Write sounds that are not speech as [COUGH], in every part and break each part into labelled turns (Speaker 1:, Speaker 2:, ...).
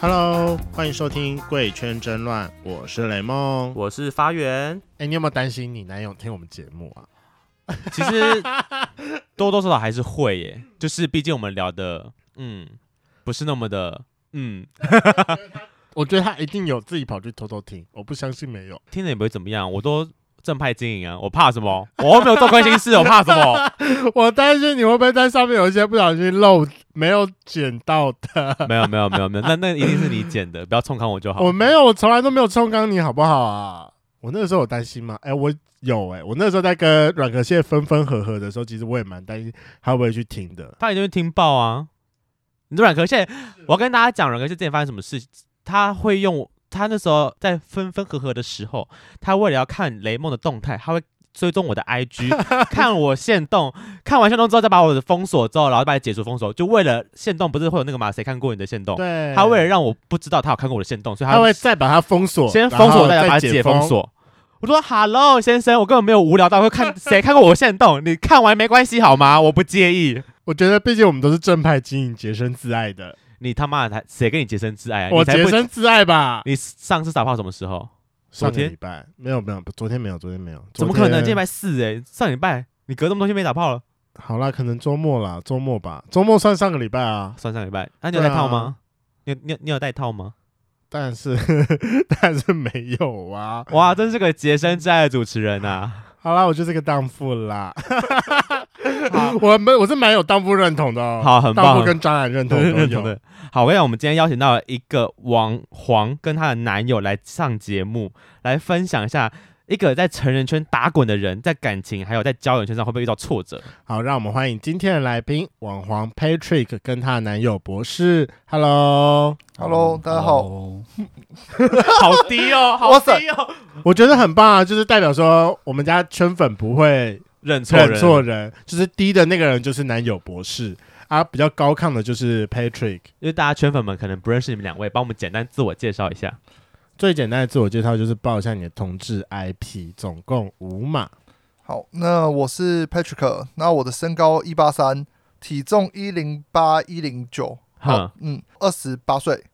Speaker 1: Hello，欢迎收听《贵圈争乱》，我是雷梦。
Speaker 2: 我是
Speaker 3: [LAUGHS]
Speaker 2: 发源。
Speaker 1: 哎、你有没有担心你男友听我们节目啊？
Speaker 2: 其实多多少少还是会耶，就是毕竟我们聊的，嗯，不是那么的，嗯，
Speaker 1: 我觉得他一定有自己跑去偷偷听，我不相信没有。
Speaker 2: 听了也不会怎么样。我都正派经营啊，我怕什么？我又没有做亏心事，我怕什么？
Speaker 1: 我担心你会不会在上面有一些不小心漏没有捡到的。
Speaker 2: 没有，没有，没有，没有。那那一定是你剪的，不要冲康我就好。
Speaker 1: 我没有，我从来都没有冲刚你好不好啊？我那个时候有担心吗？哎、我有哎、我那时候在跟软壳蟹分分合合的时候，其实我也蛮担心他会不会去听的。
Speaker 2: 他一定会听爆啊！你说软壳蟹，我要跟大家讲软壳蟹之前发生什么事，他会用他那时候在分分合合的时候，他为了要看雷梦的动态，他会追踪我的
Speaker 1: [LAUGHS]
Speaker 2: IG，看我限动，看完限动之后再把我的封锁之后，然后把它解除封锁，就为了限动不是会有那个嘛？谁看过你的限动？
Speaker 1: 对，
Speaker 2: 他为了让我不知道他有看过我的限动，所以
Speaker 1: 他会再把它封锁，
Speaker 2: 先封锁，
Speaker 1: 然
Speaker 2: 再
Speaker 1: 后
Speaker 2: 把它
Speaker 1: 再
Speaker 2: 解
Speaker 1: 封
Speaker 2: 封。锁。我说：“Hello，先生，我根本没有无聊到会 [LAUGHS] 看谁看过我的限动，你看完没关系好吗？我不介意。”
Speaker 1: 我觉得，毕竟我们都是正派经营、洁身自爱的。
Speaker 2: 你他妈的才谁跟你洁身自爱啊？
Speaker 1: 我
Speaker 2: 你才
Speaker 1: 洁
Speaker 2: 不，
Speaker 1: 身自爱吧？
Speaker 2: 你上次打炮什么时候？
Speaker 1: 上
Speaker 2: [LAUGHS] 昨
Speaker 1: 个
Speaker 2: 天
Speaker 1: 礼拜没有没有，昨天没有，昨天没有，
Speaker 2: 怎么
Speaker 1: 昨
Speaker 2: 可
Speaker 1: 天
Speaker 2: 能？今天礼拜四哎、上礼拜你隔那么多天没打炮了，
Speaker 1: 好啦，可能周末啦，周末吧，周末算上个礼拜啊。
Speaker 2: 算上礼拜。那、你有
Speaker 1: 对啊
Speaker 2: 戴套吗？你有你有你有戴套吗？
Speaker 1: 但是 [LAUGHS] 但是没有啊。
Speaker 2: 哇，真是个洁身自爱的主持人啊呐、
Speaker 1: 好啦，我就是个荡妇啦。
Speaker 2: 好
Speaker 1: [LAUGHS] 我没我是蛮有荡妇认同的哦。
Speaker 2: 好，很
Speaker 1: 荡
Speaker 2: 棒
Speaker 1: 妇，跟渣男认同都
Speaker 2: [LAUGHS] 认同
Speaker 1: 有。
Speaker 2: 的。好，我跟你讲，我们今天邀请到了一个王黄跟她的男友来上节目，来分享一下一个在成人圈打滚的人，在感情还有在交友圈上会不会遇到挫折。
Speaker 1: 好，让我们欢迎今天的来宾网黄 Patrick 跟她的男友博士。Hello，
Speaker 4: Hello，大家好
Speaker 5: Hello
Speaker 2: 好低哦，好
Speaker 4: 哇塞
Speaker 2: 低哦，
Speaker 1: 我觉得很棒啊，就是代表说我们家圈粉不会
Speaker 2: [LAUGHS] 认错人
Speaker 1: 认，错人，就是低的那个人就是男友博士啊，比较高亢的就是 Patrick。
Speaker 2: 因为大家圈粉们可能不认识你们两位，帮我们简单自我介绍一下。
Speaker 1: 最简单的自我介绍就是报一下你的同志 IP，总共五码。
Speaker 4: 好，那我是 Patrick，那我的身高一八三，体重一零八一零九，
Speaker 2: 哼，
Speaker 4: 嗯，二十八岁，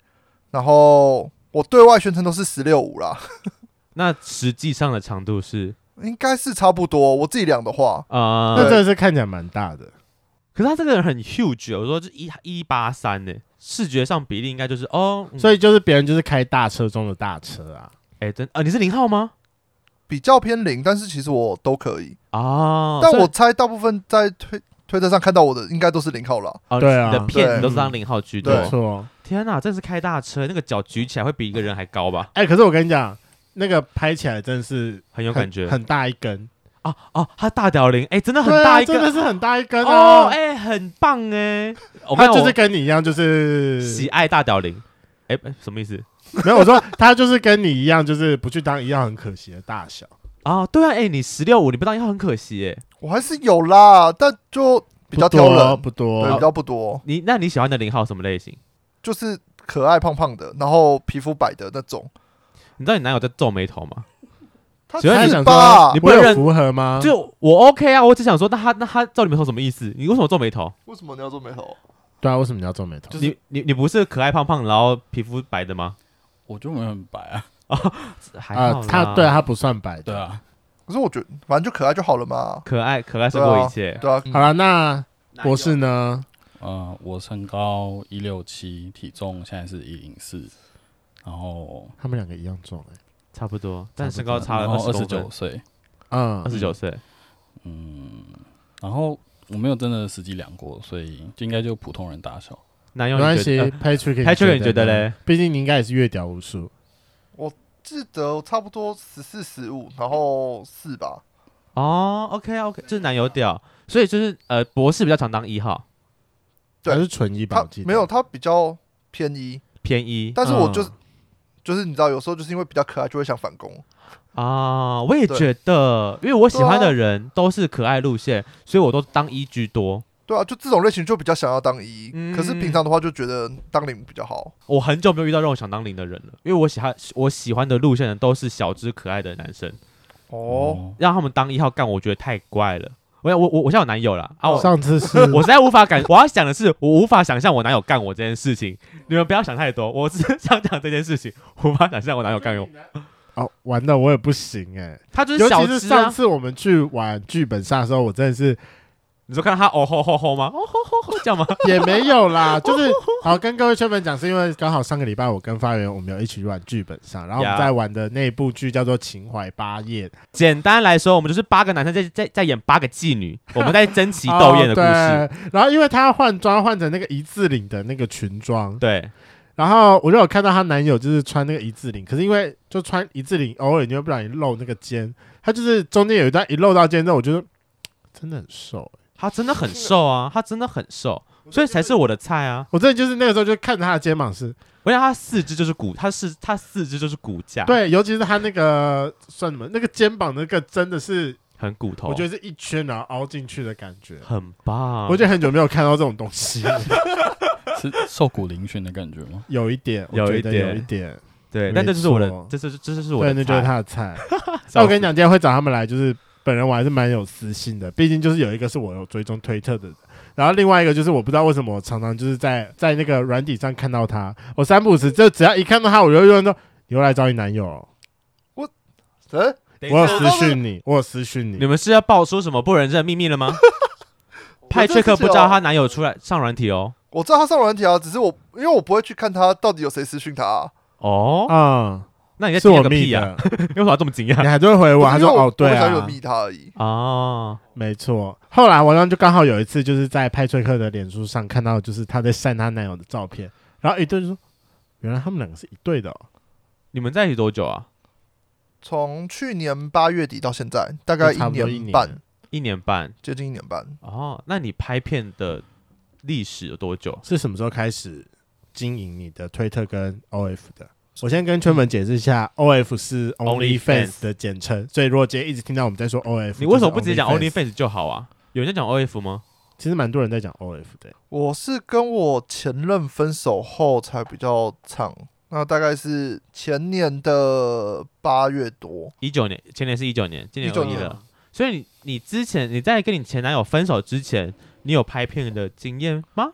Speaker 4: 然后我对外宣称都是十六五啦，
Speaker 2: 那实际上的长度是
Speaker 4: 应该是差不多。我自己量的话，
Speaker 2: 呃，
Speaker 1: 那真的是看起来蛮大的，
Speaker 2: 可是他这个人很 huge，我说哦是一一八三呢，视觉上比例应该就是哦，嗯
Speaker 1: 所以就是别人就是开大车中的大车啊。
Speaker 2: 哎、真啊、你是零号吗？
Speaker 4: 比较偏零，但是其实我都可以。
Speaker 1: 哦
Speaker 2: 啊，
Speaker 4: 但
Speaker 2: 所以
Speaker 4: 我猜大部分在推推特上看到我的，应该都是零号啦。
Speaker 2: 哦
Speaker 1: 对啊
Speaker 2: 你的片
Speaker 4: 对
Speaker 2: 你都是当零号居多。
Speaker 1: 没
Speaker 4: 对
Speaker 1: 错。
Speaker 2: 天哪、真是开大车，那个脚举起来会比一个人还高吧？
Speaker 1: 哎、可是我跟你讲，那个拍起来真的是很
Speaker 2: 很有感觉
Speaker 1: 很大一根，
Speaker 2: 啊哦，他大屌零，哎、真的很
Speaker 1: 对啊
Speaker 2: 大一
Speaker 1: 真
Speaker 2: 个。
Speaker 1: 的是很大一根
Speaker 2: 哦，
Speaker 1: 啊。
Speaker 2: 哎、很棒哎、我
Speaker 1: 他
Speaker 2: 看
Speaker 1: 就是
Speaker 2: 我
Speaker 1: 跟你一样，就是
Speaker 2: 喜爱大屌零，哎、哎什么意思？
Speaker 1: 没有我说他就是跟你一样，就是不去当一样很可惜的大小。
Speaker 2: 啊，对啊，哎、你十六五，你不当一号很可惜哎。
Speaker 4: 我还是有啦，但就比较
Speaker 1: 不
Speaker 4: 挑
Speaker 1: 多啊
Speaker 4: 人，
Speaker 1: 不
Speaker 4: 对，比
Speaker 1: 多。
Speaker 4: 较不多，
Speaker 2: 你那你喜欢的零号什么类型？
Speaker 4: 就是可爱胖胖的，然后皮肤白的那种。
Speaker 2: 你知道你男友在皱眉头吗？
Speaker 4: 他
Speaker 2: 请问
Speaker 1: 他
Speaker 2: 你
Speaker 4: 是
Speaker 1: 想
Speaker 4: 吧
Speaker 1: 啊说，你？
Speaker 2: 不
Speaker 1: 不有
Speaker 2: 认
Speaker 1: 符合吗？
Speaker 2: 就我 OK 啊，我只想说，那他那他皱眉头什么意思？你为什么皱眉头？
Speaker 4: 为什么你要做眉头？
Speaker 1: 对啊，为什么你要皱眉头？
Speaker 2: 你你你不是可爱胖胖，然后皮肤白的吗？
Speaker 5: 我就没有很白啊，
Speaker 2: 还好
Speaker 1: 啊，
Speaker 2: 啦、
Speaker 1: 他对啊他不算白的。
Speaker 5: 对啊，
Speaker 4: 可是我觉得反正就可爱就好了嘛。
Speaker 2: 可爱可爱胜过一切。
Speaker 4: 对啊，
Speaker 1: 好了，那博士呢？
Speaker 5: 呃，我身高一六七，体重现在是一零四，然后
Speaker 1: 他们两个一样重哎、
Speaker 2: 差不多，但身高差了
Speaker 5: 然后
Speaker 2: 二
Speaker 5: 二十九，岁，
Speaker 2: 二
Speaker 1: 嗯，
Speaker 2: 十九岁。
Speaker 5: 嗯，然后我没有真的实际量过，所以就应该就普通人大小。
Speaker 2: 男友
Speaker 1: 没
Speaker 2: 你
Speaker 1: 关
Speaker 2: 觉
Speaker 1: 系
Speaker 2: 得
Speaker 1: ，Patrick，
Speaker 2: 呃，Patrick 你觉得
Speaker 1: 呢？
Speaker 2: 嘞？
Speaker 1: 毕竟你应该也是越屌无数，
Speaker 4: 记得差不多十四、十五，然后四吧。
Speaker 2: 哦，OK 啊 OK，就是男友屌，所以就是呃，博士比较常当一号，
Speaker 4: 对
Speaker 1: 还是纯一吧？
Speaker 4: 他
Speaker 1: 我记得
Speaker 4: 没有，，他比较偏一，
Speaker 2: 偏一
Speaker 4: 但是我就是
Speaker 1: 嗯
Speaker 4: 就是你知道，有时候就是因为比较可爱，就会想反攻。
Speaker 2: 啊。我也
Speaker 4: 对
Speaker 2: 觉得，因为我喜
Speaker 4: 对啊
Speaker 2: 欢的人都是可爱路线，所以我都当一居多。
Speaker 4: 对啊，就这种类型就比较想要当一，
Speaker 2: 嗯
Speaker 4: 可是平常的话就觉得当零比较好。
Speaker 2: 我很久没有遇到让我想当零的人了，因为我喜欢我喜欢的路线的都是小只可爱的男生，
Speaker 4: 哦，
Speaker 2: 让他们当一号干，我觉得太怪了。我我我我现在有男友了啊，我
Speaker 1: 上次
Speaker 2: [LAUGHS]
Speaker 1: 是
Speaker 2: 我实在无法感，我要想的是，我无法想象我男友干我这件事情。你们不要想太多，我只是想讲这件事情，无法想象我男友干我。
Speaker 1: 哦，玩的我也不行哎、
Speaker 2: 他就是
Speaker 1: 尤
Speaker 2: 小
Speaker 1: 其是
Speaker 2: 只
Speaker 1: 上
Speaker 2: 啊！
Speaker 1: 次我们去玩剧本杀的时候，我真的
Speaker 2: [LAUGHS]
Speaker 1: 是
Speaker 2: 你说看到他哦吼吼吼吗？哦吼吼吼这样吗？
Speaker 1: 也没有啦，就是好跟各位圈粉讲，是因为刚好上个礼拜我跟发源我们有一起去玩剧本杀，然后我们
Speaker 2: Yeah
Speaker 1: 在玩的那部剧叫做《情怀八夜》，
Speaker 2: 简单来说，我们就是八个男生在在在演八个妓女，我们在争奇斗艳的故事。
Speaker 1: 哦对然后因为她要换装，换成那个一字领的那个裙装，
Speaker 2: 对，
Speaker 1: 然后我就有看到她男友就是穿那个一字领，可是因为就穿一字领，偶尔你又不小心露那个肩，她就是中间有一段一露到肩之后，我觉得嘖真的很瘦。
Speaker 2: 他真的很瘦啊，他真的很瘦，所以才是我的菜啊。
Speaker 1: 我真的就是那个时候就看着她的肩膀是，
Speaker 2: 我想他四肢就是骨，他是他四肢就是骨架，，
Speaker 1: 对，尤其是她那个算什么，那个肩膀那个真的是，
Speaker 2: 很骨头，嗯
Speaker 1: 我觉得是一圈然后凹进去的感觉。
Speaker 2: 很棒。
Speaker 1: 我已经很久没有看到这种东西，
Speaker 5: 是瘦骨嶙峋的感觉吗？
Speaker 1: 有一点，我
Speaker 2: 有
Speaker 1: 觉
Speaker 2: 一
Speaker 1: 得
Speaker 2: 点
Speaker 1: 有一点，
Speaker 2: 对，
Speaker 1: 没
Speaker 2: 但这就是我的
Speaker 1: 错，
Speaker 2: 这是这就是我
Speaker 1: 对，那
Speaker 2: 的菜。
Speaker 1: 就是她的菜。
Speaker 2: 笑
Speaker 1: 那我跟你
Speaker 2: 死，
Speaker 1: 讲，今天会找他们来，就是本人我还是蛮有私心的，毕竟就是有一个是我有追踪推特的人，然后另外一个就是我不知道为什么我常常就是在在那个软体上看到他，我三不五时就只要一看到他，我就有人说你又来找你男友哦，
Speaker 4: 哎，
Speaker 2: 等一
Speaker 1: 我有
Speaker 2: 下
Speaker 1: 私讯你，我有私讯
Speaker 2: 你
Speaker 1: 你，
Speaker 2: 们是要爆出什么不人认秘密了吗？派
Speaker 4: 这
Speaker 2: 崔克不知
Speaker 4: 是
Speaker 2: 道
Speaker 4: 有
Speaker 2: 她男友出来上软体哦。
Speaker 4: 我知道他上软体啊，只是我因为我不会去看他到底有谁私讯他、啊，
Speaker 2: 哦，
Speaker 1: 啊、
Speaker 2: 那你在
Speaker 1: 是
Speaker 2: 听
Speaker 1: 我
Speaker 2: 个
Speaker 1: 密
Speaker 2: 屁啊？ [LAUGHS]
Speaker 1: 的，
Speaker 2: 你为什么要这么惊
Speaker 1: 你
Speaker 2: 讶？
Speaker 1: 还是会回我，他
Speaker 4: 因
Speaker 1: 说
Speaker 4: 为 [LAUGHS] 我
Speaker 1: 哦对
Speaker 4: 我想有
Speaker 1: 啊，
Speaker 4: 密他而已。
Speaker 2: 哦，
Speaker 1: 没错。后来我呢就刚好有一次就是在派翠克的脸书上看到就是她在晒她男友的照片，然后一对就说原来他们两个是一对的、哦。
Speaker 2: 你们在一起多久啊？
Speaker 4: 从去年八月底到现在，大概
Speaker 1: 就差不多一
Speaker 4: 年
Speaker 1: 年
Speaker 4: 半，
Speaker 2: 一年半。
Speaker 4: 接近一年半。
Speaker 2: 哦，那你拍片的历史有多久？
Speaker 1: 是什么时候开始经营你的推特跟 OF 的？我先跟圈粉解释一下，OF 是
Speaker 2: Only
Speaker 1: OnlyFans
Speaker 2: Fans
Speaker 1: 的简称，所以如果今天一直听到我们在说 OF，
Speaker 2: 你为什么不直接讲
Speaker 1: 就是
Speaker 2: OnlyFans 就好啊？有人在讲 OF 吗？
Speaker 1: 其实蛮多人在讲 OF 的，
Speaker 4: 我是跟我前任分手后才比较长，那大概是前年的八月多，
Speaker 2: 一九年，前年是一九年，今年
Speaker 4: 19
Speaker 2: 二一
Speaker 4: 年
Speaker 2: 了。所以你你之前你在跟你前男友分手之前，你有拍片的经验吗？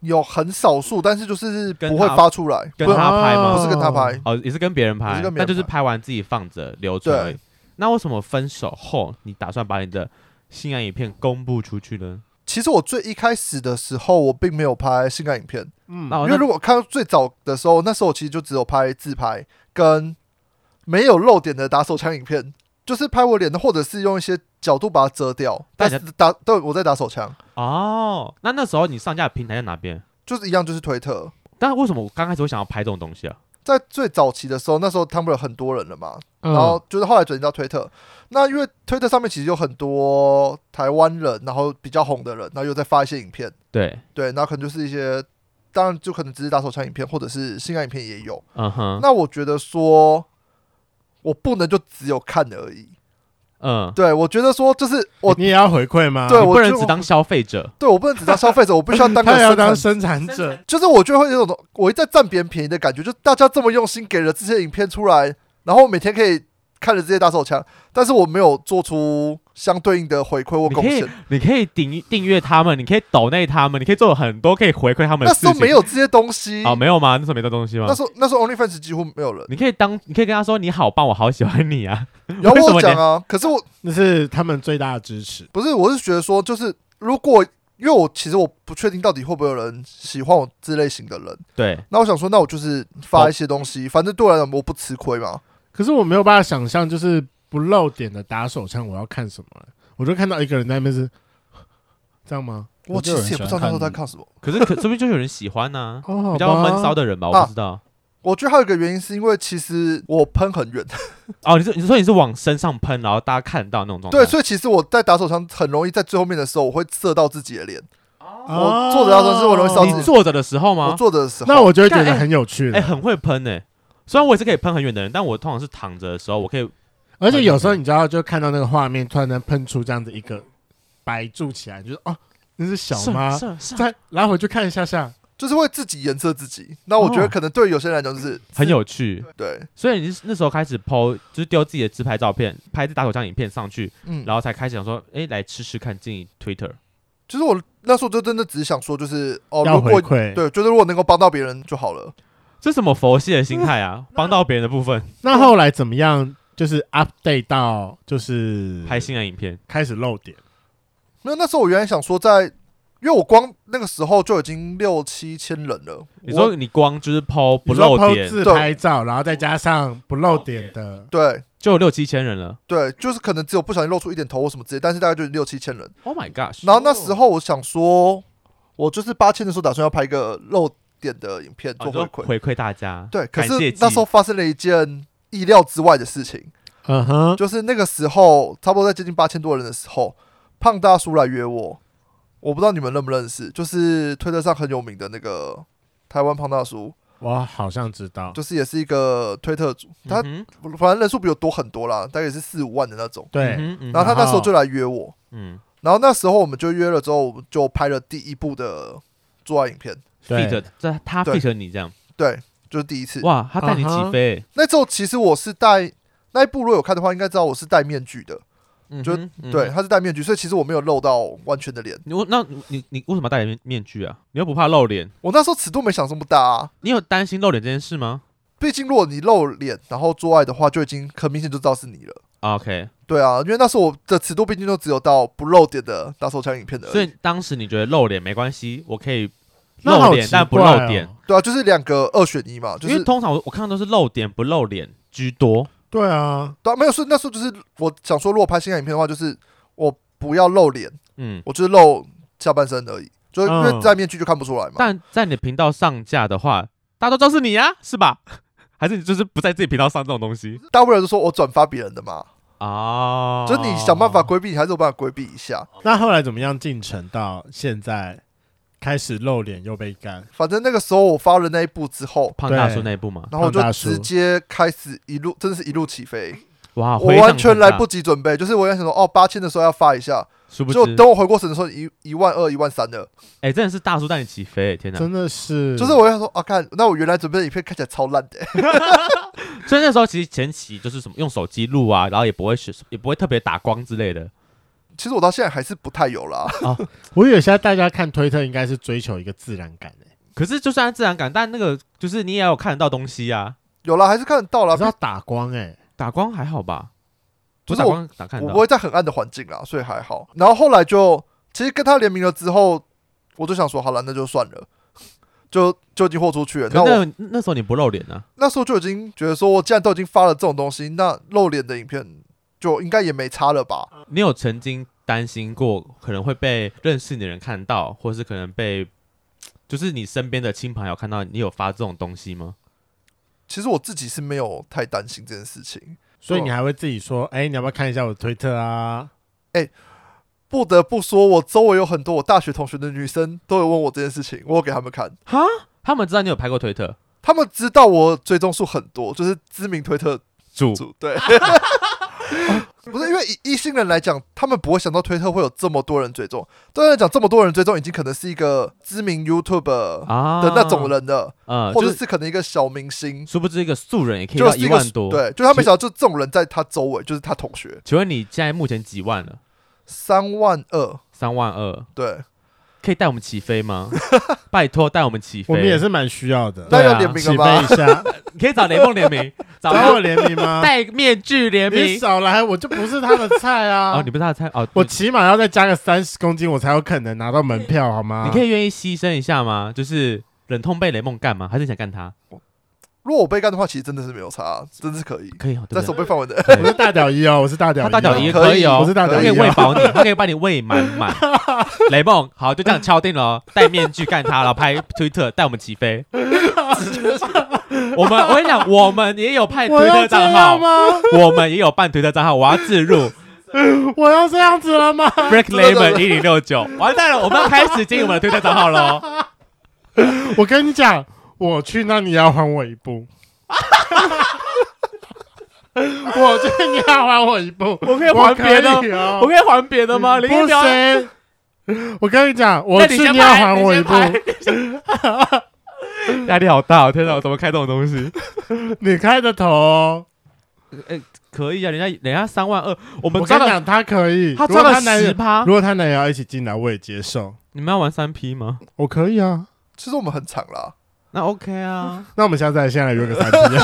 Speaker 4: 有很少数，但是就是
Speaker 2: 跟
Speaker 4: 不会
Speaker 2: 他
Speaker 4: 发出来，
Speaker 2: 跟
Speaker 4: 不
Speaker 2: 他拍吗
Speaker 4: 不是跟他拍，
Speaker 2: 哦，也是跟别人
Speaker 4: 也
Speaker 2: 拍
Speaker 4: 是，跟别
Speaker 2: 那
Speaker 4: 人
Speaker 2: 就是
Speaker 4: 拍
Speaker 2: 拍完自己放着留存而已。那为什么分手后你打算把你的性爱影片公布出去呢？
Speaker 4: 其实我最一开始的时候，我并没有拍性感影片，
Speaker 1: 嗯
Speaker 2: 哦那我
Speaker 4: 因为如果看到最早的时候，那时候我其实就只有拍自拍跟没有露点的打手枪影片，就是拍我脸的，或者是用一些角度把它遮掉。
Speaker 2: 大
Speaker 4: 但
Speaker 2: 家
Speaker 4: 是打对我在打手枪，
Speaker 2: 哦，那那时候你上架的平台在哪边？
Speaker 4: 就是一样，就是推特。
Speaker 2: 但为什么我刚开始会想要拍这种东西啊？
Speaker 4: 在最早期的时候，那时候 Tumblr 很多人了嘛，
Speaker 1: 然
Speaker 4: 然后就是后来转移到推特。那因为推特上面其实有很多台湾人，然后比较红的人，然后又在发一些影片，
Speaker 2: 对，
Speaker 4: 对，然后可能就是一些，当然就可能只是打手枪影片，或者是性爱影片也有。
Speaker 2: 嗯哼，
Speaker 4: 那我觉得说，我不能就只有看而已。
Speaker 2: 嗯，
Speaker 4: 对我觉得说，就是我
Speaker 1: 你也要回馈吗？
Speaker 4: 对
Speaker 2: 你
Speaker 4: 我
Speaker 2: 不能
Speaker 4: 就
Speaker 2: 只当消费者。
Speaker 4: 对我不能只当消费者，我必须
Speaker 1: [LAUGHS]
Speaker 4: 要当个
Speaker 1: 他也要
Speaker 4: 生
Speaker 1: 当
Speaker 4: 产。
Speaker 1: 生产者，
Speaker 4: 就是我就会有种我一再占别人便宜的感觉，就大家这么用心给了这些影片出来，然后我每天可以看着这些打手枪，但是我没有做出相对应的回馈或
Speaker 2: 你
Speaker 4: 贡
Speaker 2: 可以
Speaker 4: 献。
Speaker 2: 你可以订订阅他们，你可以抖内他们，你可以做很多可以回馈他们
Speaker 4: 那
Speaker 2: 的事
Speaker 4: 时
Speaker 2: 情。
Speaker 4: 候没有这些东西，
Speaker 2: 哦，没有啊吗？那时候没这东西吗
Speaker 4: 那？时候那时候 OnlyFans 几乎没有人。
Speaker 2: 你可以当，你可以跟他说你好棒，我好喜欢你啊。
Speaker 4: 然后
Speaker 2: 为什
Speaker 4: 我
Speaker 2: 么
Speaker 4: 有
Speaker 2: 你
Speaker 4: 讲啊，可是我
Speaker 1: 那是他们最大的支持。
Speaker 4: 不是，我是觉得说，就是如果因为我其实我不确定到底会不会有人喜欢我这类型的人，
Speaker 2: 对，
Speaker 4: 那我想说，那我就是发一些东西，反正对我来讲我不吃亏嘛。
Speaker 1: 可是我没有办法想象，就是不露点的打手枪，我要看什么？我就看到一个人在那边是这样吗？
Speaker 4: 我其实也不知道那时候在
Speaker 5: 看
Speaker 4: 看什么。
Speaker 2: 可是可说不定就有人喜欢
Speaker 4: [LAUGHS]
Speaker 2: 呢、
Speaker 1: 哦，好吧
Speaker 2: 比较闷骚的人吧，我
Speaker 4: 啊
Speaker 2: 不知道。
Speaker 4: 我觉得还有一个原因是因为其实我喷很远，
Speaker 2: 哦，你是你说你是往身上喷，然后大家看得到那种状态。
Speaker 4: 对，所以其实我在打手枪很容易在最后面的时候，我会射到自己的脸。
Speaker 1: 哦
Speaker 4: 我坐着要装是我容易烧
Speaker 2: 你
Speaker 4: 自己
Speaker 2: 坐着的时候
Speaker 4: 我
Speaker 2: 吗？
Speaker 4: 做的时候，
Speaker 1: 那我就会觉
Speaker 2: 干
Speaker 1: 得
Speaker 2: 哎
Speaker 1: 很有趣了。
Speaker 2: 哎、很会喷哎、虽然我也是可以喷很远的人，但我通常是躺着的时候，我可以
Speaker 1: 而且有时候你知道，就看到那个画面，突然间喷出这样子一个白柱起来，你就是哦，那是小
Speaker 2: 射
Speaker 1: 吗？
Speaker 2: 射射
Speaker 1: 再拉回去看一下下，
Speaker 4: 就是会自己颜色自己。那我觉得
Speaker 2: 哦
Speaker 4: 可能对有些人来讲就是
Speaker 2: 很有趣。
Speaker 4: 对，
Speaker 2: 所以你是那时候开始 PO，就是丢自己的自拍照片，拍这打手枪影片上去，
Speaker 4: 嗯，
Speaker 2: 然后才开始想说，哎、来吃吃看进 Twitter。
Speaker 4: 就是我那时候就真的只是想说，就是哦，
Speaker 1: 要
Speaker 4: 如
Speaker 1: 回
Speaker 4: 果
Speaker 1: 馈。
Speaker 4: 对，就是如果能够帮到别人就好了。
Speaker 2: 这什么佛系的心态
Speaker 4: [LAUGHS]
Speaker 2: 啊？帮到别人的部分，
Speaker 1: 那后来怎么样？就是 update 到就是
Speaker 2: 拍新的影片，
Speaker 1: 开始露点，
Speaker 4: 没有，那时候我原来想说在，因为我光那个时候就已经六七千人了。
Speaker 2: 你
Speaker 4: 我
Speaker 2: 说你光就是 PO 不
Speaker 1: 你说
Speaker 2: 露
Speaker 1: po
Speaker 2: 点，
Speaker 1: 自拍照，然后再加上不露点的，
Speaker 4: 对
Speaker 2: 就有六七千人了。
Speaker 4: 对，就是可能只有不小心露出一点头或什么之类，但是大概就是六七千人。
Speaker 2: Oh my gosh！
Speaker 4: 然后那时候我想说，我就是八千的时候打算要拍一个露点的影片
Speaker 2: 哦
Speaker 4: 做
Speaker 2: 你
Speaker 4: 回
Speaker 2: 说
Speaker 4: 馈，
Speaker 2: 回馈大家，
Speaker 4: 对。可
Speaker 2: 感
Speaker 4: 是
Speaker 2: 谢
Speaker 4: 那
Speaker 2: 祭
Speaker 4: 时候发生了一件意料之外的事情，
Speaker 1: 嗯哼，
Speaker 4: 就是那个时候差不多在接近八千多人的时候，胖大叔来约我，我不知道你们认不认识，就是推特上很有名的那个台湾胖大叔，
Speaker 1: 我好像知道，
Speaker 4: 就是也是一个推特主，他
Speaker 2: 嗯哼
Speaker 4: 反正人数比我多很多啦，大概也是四五万的那种。
Speaker 1: 对，
Speaker 2: 嗯哼嗯哼
Speaker 4: 然后他那时候就来约我，
Speaker 2: 嗯
Speaker 4: 然后那时候我们就约了之后，我们就拍了第一部的做爱影片，
Speaker 1: 对
Speaker 2: fit 这他
Speaker 4: 对
Speaker 2: fit 你这样，
Speaker 4: 对，就是第一次。
Speaker 2: 哇，他带你
Speaker 1: 啊哈
Speaker 2: 起飞，
Speaker 4: 那时候其实我是戴那一部，如果有看的话，应该知道我是戴面具的，
Speaker 2: 嗯
Speaker 4: 就
Speaker 2: 哼嗯
Speaker 4: 对，
Speaker 2: 哼
Speaker 4: 他是戴面具，所以其实我没有露到完全的脸。
Speaker 2: 你我那你你为什么要戴面面具啊？你又不怕露脸？
Speaker 4: 我那时候尺度没想这么大啊，
Speaker 2: 你有担心露脸这件事吗
Speaker 4: 毕竟如果你露脸然后做爱的话，就已经很明显就知道是你了。
Speaker 2: 啊？OK，
Speaker 4: 对啊，因为那时候我的尺度毕竟就只有到不露点的打手枪影片的而已，
Speaker 2: 所以当时你觉得露脸没关系，我可以
Speaker 1: 那
Speaker 2: 露
Speaker 1: 好
Speaker 2: 脸
Speaker 1: 奇
Speaker 2: 但不
Speaker 1: 怪
Speaker 2: 露
Speaker 1: 哦
Speaker 2: 点，，
Speaker 4: 对啊，就是两个二选一嘛，就
Speaker 2: 因
Speaker 4: 是
Speaker 2: 为通常我我看到都是露点不露脸居多。
Speaker 1: 对啊，
Speaker 4: 对啊、没有是那时候就是我想说，如果拍性爱影片的话，就是我不要露脸，
Speaker 2: 嗯，
Speaker 4: 我就是露下半身而已，就是因
Speaker 1: 嗯
Speaker 4: 为戴面具就看不出来嘛。
Speaker 2: 但在你的频道上架的话，大家都知道是你呀，是吧？ [LAUGHS] 还是你就是不在自己频道上这种东西
Speaker 4: 大部分人都说我转发别人的嘛，
Speaker 2: 啊？
Speaker 4: 就是你想办法规避，你还是有办法规避一下。
Speaker 2: 哦
Speaker 1: 那后来怎么样进程到现在开始露脸又被干？
Speaker 4: 反正那个时候我发了那一步之后，
Speaker 2: 胖大叔
Speaker 1: 对
Speaker 2: 那一部嘛，
Speaker 4: 然后我就
Speaker 1: 胖大叔
Speaker 4: 直接开始一路真的是一路起飞，
Speaker 2: 哇，
Speaker 4: 我
Speaker 2: 啊回
Speaker 4: 完
Speaker 2: 响
Speaker 4: 全
Speaker 2: 很
Speaker 4: 来
Speaker 2: 大
Speaker 4: 不，及准备，就是我原想说哦八千的时候要发一下，
Speaker 2: 殊不
Speaker 4: 就
Speaker 2: 知，
Speaker 4: 等我回过神的时候一一万二一万三了，
Speaker 2: 哎，真的是大叔带你起飞，天哪！
Speaker 1: 真的是，
Speaker 4: 就是我想说啊看，那我原来准备的影片看起来超烂的、 [LAUGHS]
Speaker 2: 所以那时候其实前期就是什么用手机录啊，然后也不会学，也不会特别打光之类的。
Speaker 4: 其实我到现在还是不太有啦。 [LAUGHS]
Speaker 1: 我以为现在大家看推特应该是追求一个自然感诶、
Speaker 2: 可是就算自然感，但那个就是你也有看得到东西啊。
Speaker 4: 有啦，还哦是看得到啦
Speaker 1: 可是。要打光欸诶、
Speaker 2: 打光还好吧？
Speaker 4: 不
Speaker 2: 不
Speaker 4: 是
Speaker 2: 打
Speaker 4: 我
Speaker 2: 光打看得
Speaker 4: 我
Speaker 2: 到
Speaker 4: 不会在很暗的环境啦，啊所以还好。然后后来就其实跟他联名了之后，我就想说好了，那就算了， [LAUGHS] 就就已经豁出去了。那
Speaker 2: 可
Speaker 4: 我
Speaker 2: 那那时候你不露脸啊？
Speaker 4: 那时候就已经觉得说，我既然都已经发了这种东西，那露脸的影片就应该也没差了吧？
Speaker 2: 你有曾经担心过可能会被认识你的人看到，或是可能被就是你身边的亲朋友看到你有发这种东西吗？
Speaker 4: 其实我自己是没有太担心这件事情。
Speaker 1: 所以你还会自己说，哎、你要不要看一下我的推特啊？
Speaker 4: 不得不说，我周围有很多我大学同学的女生都有问我这件事情，我有给他们看，
Speaker 2: 哈，他们知道你有拍过推特，
Speaker 4: 他们知道我追踪数很多，就是知名推特
Speaker 2: 主
Speaker 4: 主对。 [LAUGHS] 不是因为以异性人来讲，他们不会想到推特会有这么多人追踪。对他来讲，这么多人追踪已经可能是一个知名 YouTube 的
Speaker 2: 啊
Speaker 4: 那种，人了，
Speaker 2: 呃，
Speaker 4: 或
Speaker 2: 就
Speaker 4: 者
Speaker 2: 是
Speaker 4: 是可能一个小明星，
Speaker 2: 殊不知一个素人也可以
Speaker 4: 就
Speaker 2: 到
Speaker 4: 是一
Speaker 2: 一
Speaker 4: 个
Speaker 2: 万多。，
Speaker 4: 对，就他没想到就这种人在他周围，就是他同学
Speaker 2: 请问你现在目前几万了？
Speaker 4: 三万二，
Speaker 2: 三万二，
Speaker 4: 对，
Speaker 2: 可以带我们起
Speaker 1: [LAUGHS]
Speaker 2: 飞吗？拜托带我们起飞。
Speaker 1: 我们也是蛮需要的，
Speaker 2: 对
Speaker 4: 那
Speaker 2: 啊
Speaker 4: 要联名
Speaker 1: 起
Speaker 4: 了
Speaker 1: 飞一
Speaker 2: [LAUGHS]
Speaker 4: 吗？
Speaker 1: 下，
Speaker 2: 你可以找雷梦联
Speaker 1: [LAUGHS]
Speaker 2: 名，找
Speaker 1: 找我联名吗？
Speaker 2: 戴面具联
Speaker 1: 你
Speaker 2: 名。
Speaker 1: 少来，我就不是他的菜啊！
Speaker 2: [LAUGHS] 哦，你不是他的菜哦，
Speaker 1: 我
Speaker 2: 你
Speaker 1: 起码要再加个三十公斤，我才有可能拿到门票，好吗？
Speaker 2: 你可以愿意牺牲一下吗？就是忍痛被雷梦干吗？还是你想干他？
Speaker 4: 如果我被干的话，其实真的是没有差，真的是可以，
Speaker 2: 可以哦，对不
Speaker 4: 在手
Speaker 2: 对？
Speaker 4: 背范围的。 [LAUGHS]
Speaker 1: 我是大屌一哦，我是大屌一哦，
Speaker 2: 他大屌一
Speaker 4: 可以
Speaker 2: 以哦，
Speaker 1: 我是大
Speaker 2: 他
Speaker 1: 屌
Speaker 2: 可
Speaker 1: 一
Speaker 2: 以
Speaker 1: 哦，
Speaker 2: 喂饱你，他可以把你喂满满。
Speaker 1: [LAUGHS]
Speaker 2: 雷梦，好，就这样敲定了哦，戴面具干他，然后拍推特带我们起
Speaker 1: [LAUGHS]
Speaker 2: 飞。我们我跟你讲，我们也有派推
Speaker 1: 我要
Speaker 2: 特
Speaker 1: 这
Speaker 2: 账
Speaker 1: 样
Speaker 2: 号，
Speaker 1: 吗？
Speaker 2: [LAUGHS] 我们也有办推特账号，我要
Speaker 1: [LAUGHS]
Speaker 2: 自入。
Speaker 1: 我要这样子了吗？ [LAUGHS]
Speaker 2: Break
Speaker 4: 对对
Speaker 2: Lemon 一零六九，完蛋了，我们要开始经营我们的推特账号喽。
Speaker 1: 我跟你讲，我去，那你要还我一步。我 [LAUGHS] 去，你要还我一步。
Speaker 2: 我可
Speaker 1: 我可以哦，
Speaker 2: 可以还别的吗？
Speaker 1: 不行，我跟你讲，我
Speaker 2: 那你
Speaker 1: 去
Speaker 2: 先
Speaker 1: 你要
Speaker 2: 拍
Speaker 1: 还
Speaker 2: 你
Speaker 1: 我
Speaker 2: 先
Speaker 1: 一步。
Speaker 2: [LAUGHS] 压力好大、哦，天哪，我怎么开这种东西？
Speaker 1: 你开的头哦，
Speaker 2: 可以啊，人家人家三万二， [LAUGHS] 我们
Speaker 1: 我跟
Speaker 2: 赚
Speaker 1: 你
Speaker 2: 了，
Speaker 1: 讲，他可以。
Speaker 2: 他
Speaker 1: 如果
Speaker 2: 赚了
Speaker 1: 男
Speaker 2: 十
Speaker 1: 友，
Speaker 2: 趴
Speaker 1: 如。果他男友要一起进来，我也接受，
Speaker 2: 你们要玩三 P 吗？
Speaker 1: 我可以啊。
Speaker 4: 其实我们很长啦，
Speaker 2: 那 OK
Speaker 1: [LAUGHS]
Speaker 2: 啊。
Speaker 1: 那我们下次来先来约个三 P，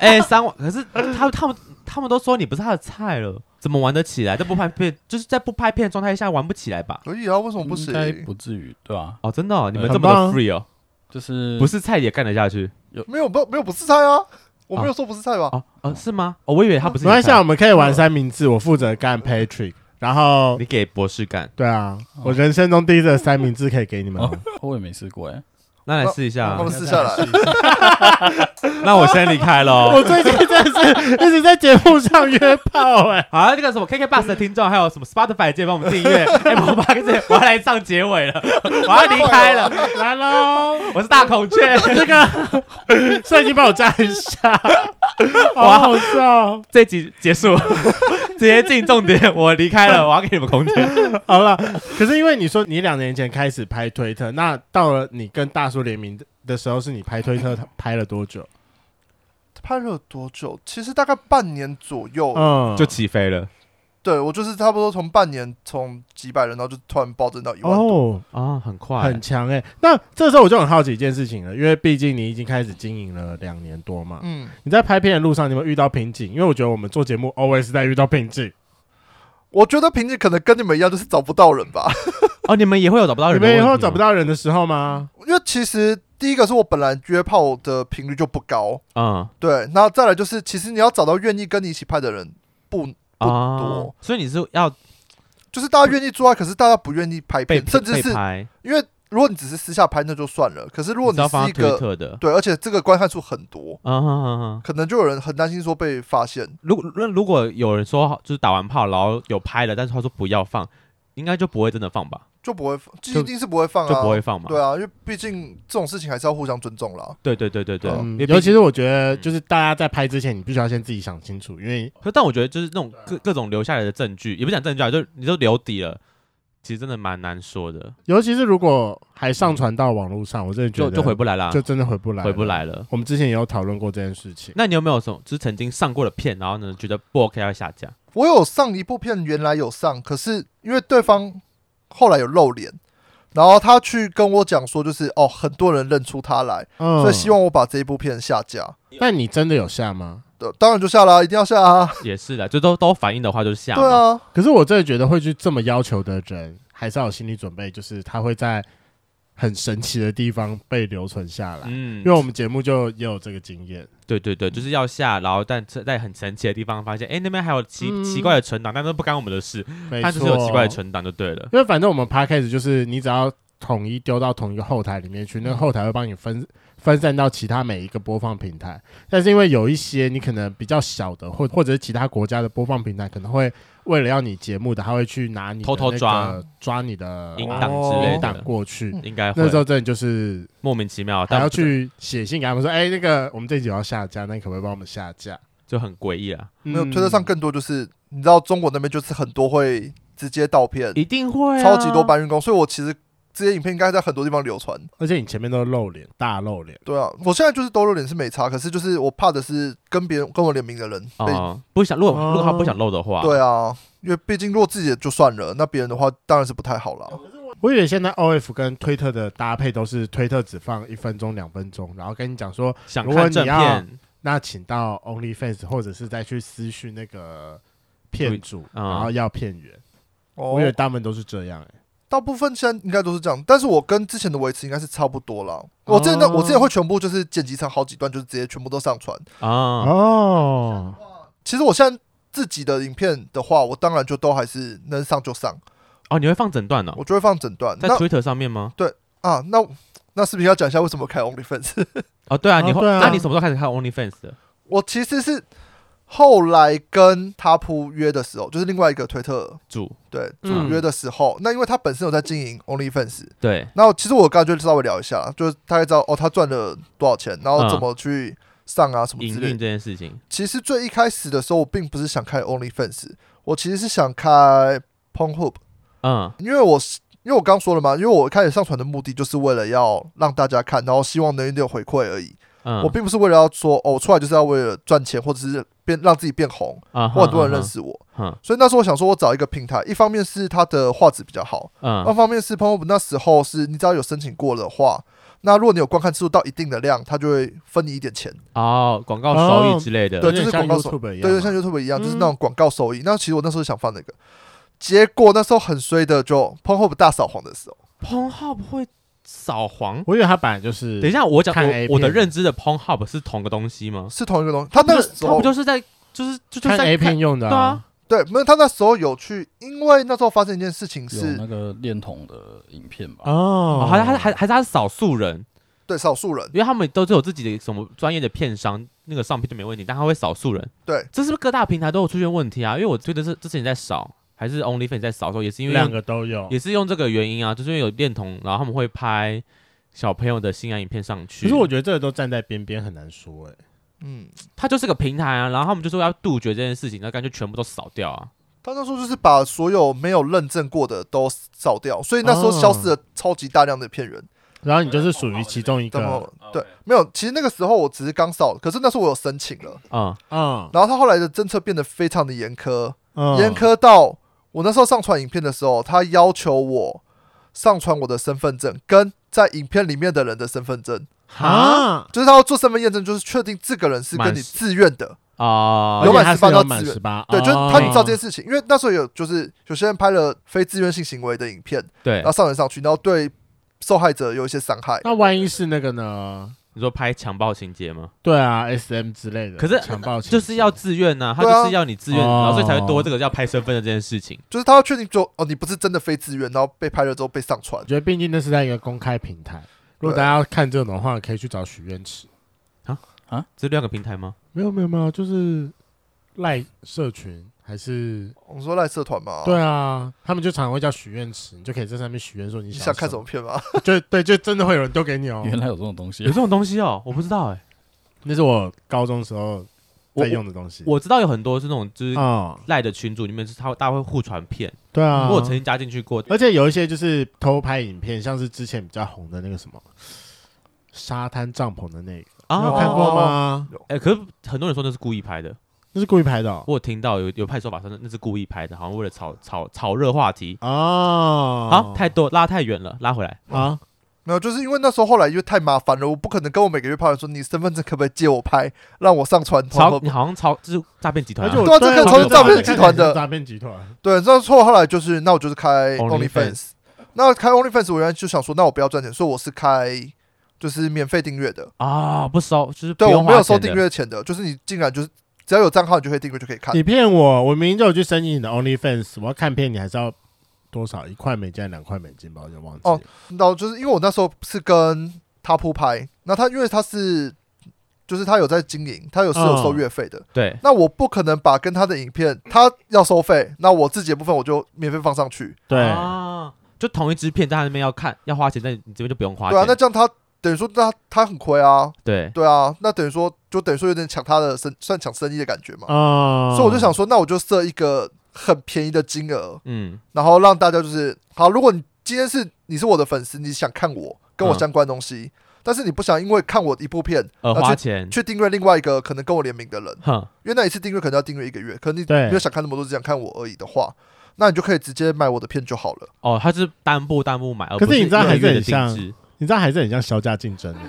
Speaker 2: 哎、三万，可是他他们他们都说你不是他的菜了，怎么玩得起来？在不拍片，就是在不拍片的状态下玩不起来吧？
Speaker 4: 可以啊，为什么不
Speaker 5: 应
Speaker 4: 行？
Speaker 5: 该不至于对吧？
Speaker 2: 哦，真的、哦，你们
Speaker 1: 很
Speaker 2: 这么
Speaker 1: 棒啊
Speaker 2: 的 free 哦，
Speaker 5: 就是
Speaker 2: 不是菜也干得下去
Speaker 4: 没有不没有不是菜啊，我没有说不是菜吧？
Speaker 2: 哦哦，是吗？哦，我以为他不是
Speaker 1: 没
Speaker 2: 你的
Speaker 1: 关
Speaker 2: 嗯
Speaker 1: 系啊，
Speaker 2: 菜，
Speaker 1: 我们可以玩三明治，我负责干 Patrick，然后
Speaker 2: 啊你给博士干，
Speaker 1: 对啊，
Speaker 2: 嗯
Speaker 1: 我人生中第一次三明治可以给你们哦。
Speaker 5: 哦，我也没试过哎，
Speaker 2: 那来试一下
Speaker 4: 我
Speaker 1: 哦
Speaker 2: 啊。
Speaker 4: 们私下来，
Speaker 2: [LAUGHS] 那我先离开
Speaker 1: 我
Speaker 2: 喽。
Speaker 1: 最近真的是一直在节目上约炮哎、
Speaker 2: 好，那个什么 KK Bus 的听众，还有什么 Spotify 记得帮我们订阅哎 Apple p o d 我要来上结尾了，我要离开了，来喽！我是大孔雀，
Speaker 1: 这个摄影机帮我加一下，好好笑。
Speaker 2: 这集结束，直接进重点，我离开了，我要给你们空间。
Speaker 1: 好了，可是因为你说你两年前开始拍推特，那到了你跟大叔联名的的时候，是你拍推特拍了多久？
Speaker 4: 拍了多久？其实大概半年左右，
Speaker 1: 嗯，
Speaker 2: 哦就起飞了
Speaker 4: 对我就是差不多从半年从几百人，然后就突然暴增到一万多。
Speaker 1: 哦，
Speaker 2: 啊，很快
Speaker 1: 很强哎、那这时候我就很好奇一件事情了，因为毕竟你已经开始经营了两年多嘛，
Speaker 4: 嗯，
Speaker 1: 你在拍片的路上，你有没有遇到瓶颈？因为我觉得我们做节目 always 在遇到瓶颈。
Speaker 4: 我觉得瓶颈可能跟你们一样，就是找不到人吧。
Speaker 2: 哦，你们也会有找哦不到
Speaker 1: 你
Speaker 2: 人，
Speaker 1: 们以后找不，到人的时候吗？
Speaker 4: 因为其实第一个是我本来约炮的频率就不高，
Speaker 2: 嗯
Speaker 4: 对，那再来就是其实你要找到愿意跟你一起拍的人不。不
Speaker 2: 啊
Speaker 4: 多，
Speaker 2: 所以你是要
Speaker 4: 就是大家愿意做爱，可是大家不愿意拍
Speaker 2: 被
Speaker 4: 片，甚至
Speaker 2: 被
Speaker 4: 是
Speaker 2: 拍，
Speaker 4: 因为如果你只是私下拍那就算了，可是如果
Speaker 2: 你要放
Speaker 4: 是
Speaker 2: 到
Speaker 4: 一
Speaker 2: 推
Speaker 4: 个
Speaker 2: 特的，
Speaker 4: 对，而且这个观看数很多，
Speaker 2: 啊哈哈哈。
Speaker 4: 可能就有人很担心说被发现。
Speaker 2: 如果如果有人说就是打完炮然后有拍了，但是他说不要放，应该就不会真的放吧？
Speaker 4: 就不会放，
Speaker 2: 就
Speaker 4: 一定是不会放啊，
Speaker 2: 就不会放嘛？
Speaker 4: 对啊，因为毕竟这种事情还是要互相尊重啦。
Speaker 2: 对对对对对，
Speaker 1: 嗯
Speaker 2: 因为毕
Speaker 1: 尤其
Speaker 2: 竟
Speaker 1: 是我觉得，就是大家在拍之前，你必须要先自己想清楚，因为
Speaker 2: 可但我觉得就是那种
Speaker 4: 啊
Speaker 2: 各各种留下来的证据，也不讲证据啊，就你都留底了，其实真的蛮难说的，
Speaker 1: 尤其是如果还上传到网络上，我真的觉
Speaker 2: 就
Speaker 1: 得
Speaker 2: 就回不来啦，
Speaker 1: 就真的回不来，
Speaker 2: 回不。来了。
Speaker 1: 我们之前也有讨论过这件事情，
Speaker 2: 那你有没有什么就是曾经上过的片，然后呢觉得不 OK 要下架？
Speaker 4: 我有上一部片，原来有上，可是因为对方后来有露脸，然后他去跟我讲说，就是哦，很多人认出他来，
Speaker 1: 嗯
Speaker 4: 所以希。望我把这一部片下架。
Speaker 1: 那你真的有下吗？
Speaker 4: 呃当然就下啦，一定要下啊！
Speaker 2: 也是的，就都都反应的话就是下嘛。
Speaker 4: 对啊，
Speaker 1: 可是我真的觉得会去这么要求的人，还是要有心理准备，就是他会在很神奇的地方被留存下来。
Speaker 2: 嗯
Speaker 1: 因为，我们节目就也有这个经验，
Speaker 2: 对对
Speaker 1: 嗯
Speaker 2: 对，就是要下，然后但是在很神奇的地方发现，哎，那边还有奇、
Speaker 1: 嗯
Speaker 2: 奇怪的存档，但都不干我们的事，
Speaker 1: 没
Speaker 2: 它
Speaker 1: 错，
Speaker 2: 就是有奇怪的存档就对了。
Speaker 1: 因为反正我们 podcast 就是你只要统一丢到同一个后台里面去，那
Speaker 2: 嗯
Speaker 1: 个后台会帮你分分散到其他每一个播放平台。但是因为有一些你可能比较小的，或或者是其他国家的播放平台，可能会为了要你节目的，他会去拿你的
Speaker 2: 偷偷
Speaker 1: 那个
Speaker 2: 抓哦
Speaker 1: 抓你的
Speaker 2: 音
Speaker 1: 网
Speaker 2: 档之
Speaker 1: 哦
Speaker 2: 类
Speaker 1: 音档
Speaker 2: 的，
Speaker 1: 过去。
Speaker 2: 应该会
Speaker 1: 那时候真的就是
Speaker 2: 莫名其妙，
Speaker 1: 还
Speaker 2: 但
Speaker 1: 要
Speaker 2: 哦不知
Speaker 1: 去写信给他们说，哎、那个我们这集要下架，那你可不可以帮我们下架？嗯
Speaker 2: 就很诡异啊，
Speaker 1: 没
Speaker 4: 没有推特上更多就是，你知道中国那边就是很多会直接盗片，
Speaker 2: 一定
Speaker 1: 啊
Speaker 2: 会、
Speaker 4: 超级多。搬运工，所以我其实这些影片应该在很多地方流传。
Speaker 1: 而且你前面都露脸，大露脸。
Speaker 4: 对啊，我现在就是兜露脸是没差，可是就是我怕的是跟别人跟我联名的人被。
Speaker 2: 哦，不想，如果
Speaker 1: 哦
Speaker 2: 如果他不想露的话，
Speaker 4: 对啊，因为毕竟如果自己的就算了，那别人的话当然是不太好啦。
Speaker 1: 我以为现在 O F 跟推特的搭配都是推特只放一分钟、两分钟，然后跟你讲说，
Speaker 2: 想
Speaker 1: 如果
Speaker 2: 看
Speaker 1: 你
Speaker 2: 正
Speaker 1: 要
Speaker 2: 片，
Speaker 1: 那请到 OnlyFans 或者是再去私讯那个片主，
Speaker 2: 嗯
Speaker 1: 然后要片源。
Speaker 4: 哦
Speaker 1: 我以为他们都是这样、欸，
Speaker 4: 大部分现在应该都是这样，但是我跟之前的维持应该是差不多啦。我之前的、
Speaker 1: 哦
Speaker 4: 我之前会全部就是剪辑成好几段，就是直接全部都上传。
Speaker 2: 啊，
Speaker 1: 哦，
Speaker 4: 其实我现在自己的影片的话，我当然就都还是能上就上，
Speaker 2: 哦，你会放整段哦，
Speaker 4: 我就会放整段。
Speaker 2: 在
Speaker 4: 那
Speaker 2: Twitter 上面吗？
Speaker 4: 啊，那那是不是要讲一下为什么开 OnlyFans？ [LAUGHS]
Speaker 2: 哦，对啊，你
Speaker 1: 哦
Speaker 2: 会，
Speaker 1: 对啊
Speaker 2: 那你什么时候开始看 OnlyFans 的？
Speaker 4: 我其实是后来跟他铺约的时候，就是另外一个推特
Speaker 2: 主
Speaker 4: 对
Speaker 1: 嗯
Speaker 4: 主约的时候，那因为他本身有在经营 OnlyFans，
Speaker 2: 对，
Speaker 4: 那其实我刚才就稍微聊一下，就是大概知道哦，他赚了多少钱，然后怎么去上啊什么
Speaker 2: 营运
Speaker 4: 之类的
Speaker 2: 这件事情，
Speaker 4: 其实最一开始的时候，我并不是想开 OnlyFans，我其实是想开 Pornhub，
Speaker 2: 嗯
Speaker 4: 因为我是因为我刚说了嘛，因为我开始上传的目的就是为了要让大家看，然后希望能有点回馈而已。
Speaker 2: 嗯，
Speaker 4: 我并不是为了要说哦，我出来就是要为了赚钱，或者是变让自己变红，
Speaker 2: 啊
Speaker 4: 或很多人认，识我。
Speaker 2: 嗯哼
Speaker 4: 所以那时候我想说，我找一个平台，一方面是它的画质比较好，
Speaker 2: 嗯
Speaker 4: 二方面是 p o 那时候是你只要有申请过的话，那如果你有观看次数到一定的量，它就会分你一点钱，
Speaker 2: 哦，广告收益之类的，
Speaker 4: 对
Speaker 1: 有点
Speaker 4: 就是
Speaker 1: 像
Speaker 4: 广告
Speaker 1: YouTube
Speaker 4: 手
Speaker 1: 一样
Speaker 2: 啊
Speaker 4: 对，就
Speaker 1: 嘛，
Speaker 4: 像 YouTube 一样，就是
Speaker 1: 嗯
Speaker 4: 那种广告收益。那其实我那时候想放那个，结果那时候很衰的，就 p o 大扫黄的时候，
Speaker 2: Pong Hub 会扫黄。
Speaker 1: 我以为它本来就是。
Speaker 2: 等一下，我讲
Speaker 1: 看
Speaker 2: 我
Speaker 1: A 片
Speaker 2: 我的认知的 Pong Hub 是同个东西吗？
Speaker 4: 是同一个东西。他那个时
Speaker 2: 他
Speaker 4: 候
Speaker 2: 嗯不就是在就是就就
Speaker 1: 看
Speaker 2: 是在
Speaker 1: A 片用的
Speaker 2: 对啊，
Speaker 4: 对，没有他那时候有去，因为那时候发生一件事情
Speaker 5: 有
Speaker 4: 是，
Speaker 5: 那个恋童的影片吧？
Speaker 1: 哦
Speaker 2: 哦，还还还还是他是少数人，
Speaker 4: 对少数人，
Speaker 2: 因为他们都是有自己的什么专业的片商，那个上片就没问题，但他会扫素人。
Speaker 4: 对，
Speaker 2: 这是不是各大平台都有出现问题啊？因为我觉得是这之前在扫，还是 OnlyFans 在扫的时候，也是因为
Speaker 1: 两
Speaker 2: 用
Speaker 1: 个都有
Speaker 2: 也。是用这个原因啊，就是因为有恋童，然后他们会拍小朋友的性爱影片上去。
Speaker 1: 可是我觉得这个都站在边边很难说哎、
Speaker 4: 嗯，
Speaker 2: 他就是个平台啊，然后他们就说要杜绝这件事情，那干脆全部都扫掉啊。
Speaker 4: 他那时候就是把所有没有认证过的都扫掉，所以那时候消失了超级大量的骗人。
Speaker 1: 然后你就是属于其中一
Speaker 4: 怎
Speaker 1: 个，
Speaker 4: 么对？没有，其实那个时候我只是刚扫，可是那时候我有申请了，
Speaker 2: 嗯
Speaker 1: 嗯
Speaker 4: 然后他后来的政策变得非常的严苛，
Speaker 1: 嗯，
Speaker 4: 严苛到我那时候上传影片的时候，他要求我上传我的身份证跟在影片里面的人的身份证，
Speaker 1: 啊，
Speaker 4: 就是他要做身份验证，就是确定这个人是跟
Speaker 2: 满
Speaker 4: 你自愿的。
Speaker 2: 啊，
Speaker 1: 而
Speaker 4: 有
Speaker 1: 且
Speaker 4: 满
Speaker 1: 它是
Speaker 4: 18到
Speaker 1: 有满
Speaker 4: 自愿
Speaker 1: 十八，
Speaker 4: 对，就是
Speaker 1: 哦
Speaker 4: 他知道这件事情，因为那时候有就是有些人拍了非自愿性行为的影片，
Speaker 2: 对
Speaker 4: 然后，上传上去，然后对受害者有一些伤害。
Speaker 1: 那万一是那个呢？
Speaker 2: 你说拍强暴情节吗？
Speaker 1: 对啊，SM 之类的，
Speaker 2: 可是
Speaker 1: 强暴情节
Speaker 2: 就是要自愿呐、他
Speaker 4: 对啊
Speaker 2: 就是要你自愿，
Speaker 1: 哦
Speaker 2: 然后所以才会多这个要拍身份的这件事情。
Speaker 4: 就是他要确定说，哦，你不是真的非自愿，然后被拍了之后被上传
Speaker 1: 我。觉得毕竟那是在一个公开平台，如果
Speaker 4: 对
Speaker 1: 大家要看这种的话，可以去找许愿池。
Speaker 2: 这两个平台吗？
Speaker 1: 没有没有没有，就是赖社群还是
Speaker 4: 我说赖社团
Speaker 2: 哦
Speaker 4: 嘛，
Speaker 1: 对，啊，他们就常会叫许愿池，你就可以在上面许愿说你
Speaker 4: 你想看什
Speaker 1: 么，
Speaker 4: 么片吗？ [LAUGHS]
Speaker 1: 就 [LAUGHS] 对，就真的会有人丢给你哦。
Speaker 5: 原来有这种东西 [LAUGHS]
Speaker 2: 有这，种东西哦，我不知道哎、
Speaker 1: 那是我高中时候
Speaker 2: 我
Speaker 1: 在用的东西。
Speaker 2: [LAUGHS] 我知道有很多是那种就是
Speaker 1: 啊、
Speaker 2: 赖的群组里面是他大家会互传片，
Speaker 1: 对啊，
Speaker 2: 我有曾经加进去过。
Speaker 1: 而且有一些就是偷拍影片，像是之前比较红的那个什么沙滩帐篷的那个，
Speaker 2: 啊
Speaker 1: 你有看过？吗？
Speaker 2: 哎、可是很多人说那是故意拍的，
Speaker 1: 那是故意拍的哦。
Speaker 2: 我有听到有有派手法说那那是故意拍的，好像为了炒炒炒热话题。
Speaker 1: 哦
Speaker 2: 好、太多拉太远了，拉回来。
Speaker 1: 啊，
Speaker 4: 没有，就是因为那时候后来因为太麻烦了，我不可能跟我每个月朋友说你身份证可不可以借我拍，让我上传。
Speaker 2: 炒你好像炒就是诈骗集团、
Speaker 1: 而
Speaker 2: 啊
Speaker 1: 且，我
Speaker 4: 对啊这个
Speaker 1: 我
Speaker 2: 从
Speaker 1: 知道
Speaker 2: 诈骗
Speaker 1: 这个
Speaker 4: 集
Speaker 1: 看
Speaker 4: 团的
Speaker 1: 起来像诈骗集团，
Speaker 4: 对，那时候后来就是，那我就是开
Speaker 2: OnlyFans
Speaker 4: OnlyFans。那开 OnlyFans，我原来就想说，那我不要赚钱，所以我是开就是免费订阅的。
Speaker 2: 啊，不收就是不
Speaker 4: 对我
Speaker 2: 用
Speaker 4: 没有
Speaker 2: 花
Speaker 4: 收
Speaker 2: 钱的
Speaker 4: 订阅钱的，就是你竟然就是只要有账号，你就可以订阅就可以看。
Speaker 1: 你骗我！我明明就有去申请你的 OnlyFans，我要看片，你还是要多少一块美金、还是两块美金吧，我就忘记了
Speaker 4: 哦。然后就是因为我那时候是跟他铺拍，那他因为他是就是他有在经营，他有是有收
Speaker 1: 嗯
Speaker 4: 月费的。
Speaker 2: 对
Speaker 4: 那我不可能把跟他的影片，他要收费，那我自己的部分我就免费放上去。
Speaker 1: 对，
Speaker 2: 啊，就同一支片，但他那边要看要花钱，但你这边就不用花
Speaker 4: 对啊，那
Speaker 2: 钱。
Speaker 4: 这样他等于说那他他很亏啊，
Speaker 2: 对，
Speaker 4: 对啊，那等于说就等于说有点抢他的生算抢生意的感觉嘛。
Speaker 1: 哦，
Speaker 4: 所以我就想说，那我就设一个很便宜的金额，
Speaker 2: 嗯，
Speaker 4: 然后让大家就是好，如果你今天是你是我的粉丝，你想看我跟我
Speaker 2: 嗯
Speaker 4: 相关的东西，但是你不想因为看我一部片
Speaker 2: 呃，
Speaker 4: 那
Speaker 2: 花
Speaker 4: 就
Speaker 2: 钱，
Speaker 4: 去订阅另外一个可能跟我联名的人，
Speaker 2: 哼，
Speaker 4: 因为那一次订阅可能要订阅一个月，可能你
Speaker 1: 对
Speaker 4: 没有想看那么多，只想看我而已的话，那你就可以直接买我的片就好了。
Speaker 2: 哦，他是单部单部买，而
Speaker 1: 可是
Speaker 2: 不
Speaker 1: 你知道
Speaker 2: 月
Speaker 1: 还是
Speaker 2: 月的
Speaker 1: 很像
Speaker 2: 定制
Speaker 1: 你知道还是很像销价竞争的。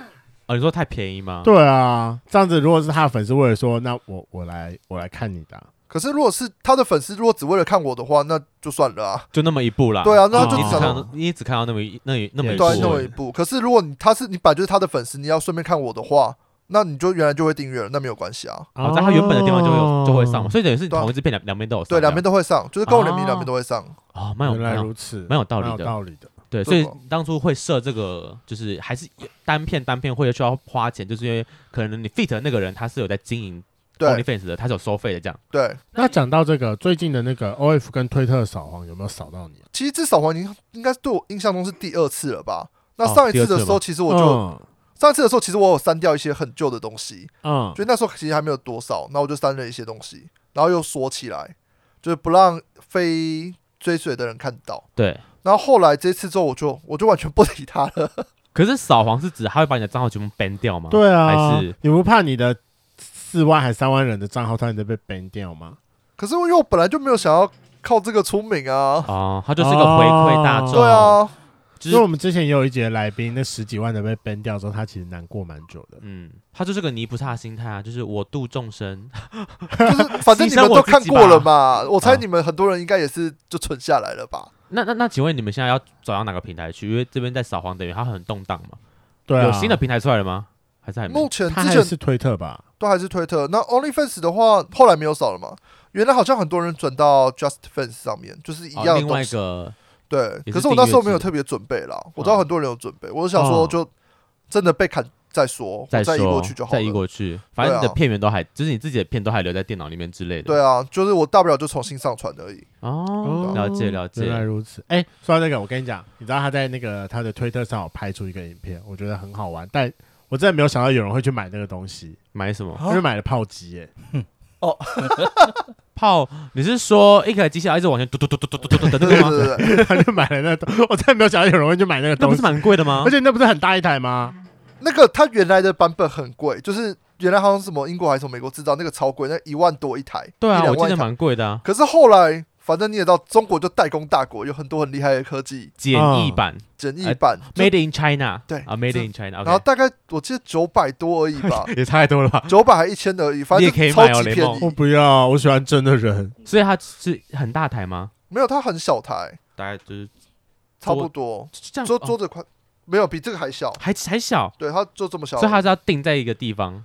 Speaker 2: 哦，你说太便宜吗？
Speaker 1: 对啊，这样子如果是他的粉丝为了说，那我我来我来看你的啊、
Speaker 4: 可是如果是他的粉丝，如果只为了看我的话，那就算了啊。
Speaker 2: 就那么一部啦。
Speaker 4: 对啊，那他
Speaker 1: 哦
Speaker 4: 就
Speaker 2: 你
Speaker 4: 只
Speaker 2: 只
Speaker 4: 想
Speaker 2: 看
Speaker 4: 到
Speaker 2: 到你只看到那么一那一那么一
Speaker 1: 也
Speaker 2: 部
Speaker 4: 对
Speaker 2: 而
Speaker 4: 啊，
Speaker 1: 是
Speaker 2: 已，
Speaker 4: 那么一步。可是如果你他是你本来就是他的粉丝，你要顺便看我的话，那你就原来就会订阅了，那没有关系啊。
Speaker 2: 哦，在他原本的地方就
Speaker 1: 哦
Speaker 2: 会就会上嘛，所以等于是你
Speaker 4: 对啊
Speaker 2: 同一支片两两边都有上这
Speaker 4: 对，
Speaker 2: 样，
Speaker 4: 两边都会上，就是跟我联名，
Speaker 2: 哦
Speaker 4: 两边都会上。
Speaker 2: 哦，蛮有
Speaker 1: 原来
Speaker 2: 蛮有
Speaker 1: 如此，
Speaker 2: 蛮有道理
Speaker 1: 蛮有
Speaker 2: 的。
Speaker 1: 道理的。
Speaker 2: 对，所
Speaker 4: 对
Speaker 2: 以当初会设这个，就是还是单片单片会需要花钱，就是因为可能你 fit 的那个人他是有在经营
Speaker 4: 对
Speaker 2: OnlyFans 的，他是有收费的这样。
Speaker 4: 对，
Speaker 1: 那讲到这个最近的那个 O F 跟推特扫黄有没有扫到你啊？
Speaker 4: 其实至少黄宁应该对我印象中是第二次了吧？那
Speaker 2: 哦
Speaker 4: 上一
Speaker 2: 第二
Speaker 4: 次的
Speaker 2: 次嗯
Speaker 4: 时候，
Speaker 2: 吗
Speaker 4: 其实我就上一次的时候，其实我有删掉一些很旧的东西，
Speaker 1: 嗯
Speaker 4: 所以那时候其实还没有多少，那我就删了一些东西，然后又锁起来，就是不让非追随的人看到。
Speaker 2: 对。
Speaker 4: 然后后来这次之后，我就我就完全不理他了。 [LAUGHS]
Speaker 2: 可是扫黄是指他会把你的账号全部 ban 掉吗？，
Speaker 1: 对啊
Speaker 2: 还是，
Speaker 1: 你不怕你的四万还三万人的账号突然就被 ban 掉吗？
Speaker 4: 可是因为我本来就没有想要靠这个出名啊，
Speaker 2: 哦，他就是个回馈大众。
Speaker 1: 哦
Speaker 4: 对，啊，
Speaker 2: 就
Speaker 1: 因为我
Speaker 2: 是
Speaker 1: 们之前也有一节来宾，那十几万的被 ban 掉之后，他其实难过蛮久的。
Speaker 2: 嗯，他就是个泥菩萨的心态啊，就是我度众生。
Speaker 4: 就是
Speaker 2: [LAUGHS]
Speaker 4: 反正你们都看过了嘛，我猜你们很多人应该也是就存下来了吧。
Speaker 2: 那那那，请问你们现在要转到哪个平台去？因为这边在扫黄，等于它很动荡嘛。
Speaker 1: 对啊，
Speaker 2: 有新的平台出来了吗？还是还没
Speaker 4: 目？前
Speaker 1: 他
Speaker 4: 之
Speaker 1: 还
Speaker 4: 前
Speaker 1: 是推特吧？
Speaker 4: 都还是推特，那 OnlyFans 的话后来没有少了嘛？原来好像很多人转到 JustFans 上面，就是一
Speaker 2: 哦
Speaker 4: 样的
Speaker 2: 另外
Speaker 4: 东
Speaker 2: 一
Speaker 4: 西。
Speaker 2: 个
Speaker 4: 对，
Speaker 2: 也是
Speaker 4: 可是我那时
Speaker 2: 订
Speaker 4: 候
Speaker 2: 阅制
Speaker 4: 没有特别准备啦，我知道很多人有准备，我就想说
Speaker 2: 哦
Speaker 4: 就真的被砍再说，我
Speaker 2: 再
Speaker 4: 再移
Speaker 2: 说
Speaker 4: 过去就好
Speaker 2: 再移
Speaker 4: 了。
Speaker 2: 过去，反正你的
Speaker 4: 对啊
Speaker 2: 片源都还，就是你自己的片都还留在电脑里面之类的。
Speaker 4: 对啊，就是我大不了就重新上传而
Speaker 2: [LAUGHS]
Speaker 4: 已。
Speaker 2: 哦，了解了解
Speaker 1: 啊原。来如此。哎、说到这个，我跟你讲，你知道他在那个他的推特上有拍出一个影片，我觉得很好玩，但我真的没有想到有人会去买那个东西，
Speaker 2: 买什么
Speaker 1: 因为买了炮击、哎，
Speaker 2: 炮？你是说一个机器人一直往前嘟嘟嘟嘟嘟嘟嘟嘟的那
Speaker 4: 对对
Speaker 2: 个吗？
Speaker 4: 对对，
Speaker 1: [LAUGHS]
Speaker 4: 对
Speaker 1: 他就买了那个东，我真的没有想到有人会去买那个
Speaker 2: 那
Speaker 1: 东
Speaker 2: 不是
Speaker 1: 西，
Speaker 2: 蛮贵的吗
Speaker 1: 而？且那不是很大一台吗？
Speaker 4: 那个它原来的版本很贵，就是原来好像是什么英国还是什么美国制造，那个超贵，那一万多一台，
Speaker 2: 对
Speaker 4: 一
Speaker 2: 啊，
Speaker 4: 两
Speaker 2: 我记
Speaker 4: 万一
Speaker 2: 得
Speaker 4: 台。
Speaker 2: 蛮贵的啊。
Speaker 4: 可是后来，反正你也知道，中国就代工大国，有很多很厉害的科技
Speaker 2: 简易版
Speaker 4: 简易版，啊就
Speaker 2: 哎，Made in China。
Speaker 4: 对
Speaker 2: 啊，Made
Speaker 4: 这
Speaker 2: in China。
Speaker 4: 然后大概我记得九百多而已吧，
Speaker 2: [LAUGHS] 也差太多了吧？
Speaker 4: 九百还一千而已，反
Speaker 2: 你也
Speaker 4: 正
Speaker 2: 可以
Speaker 4: 超
Speaker 2: 买哦
Speaker 4: 级
Speaker 2: 雷
Speaker 4: 便
Speaker 2: 梦
Speaker 1: 我
Speaker 4: 宜。
Speaker 1: 不要，我喜欢真的人。
Speaker 2: 所以它是很大台吗？
Speaker 4: 没有，它很小台，
Speaker 2: 大概就是
Speaker 4: 差不多
Speaker 2: 这样，
Speaker 4: 桌
Speaker 2: 哦
Speaker 4: 桌子宽，没有比这个还小。
Speaker 2: 还还小，
Speaker 4: 对，啊它就这么小
Speaker 2: 所。以它是要定在一个地方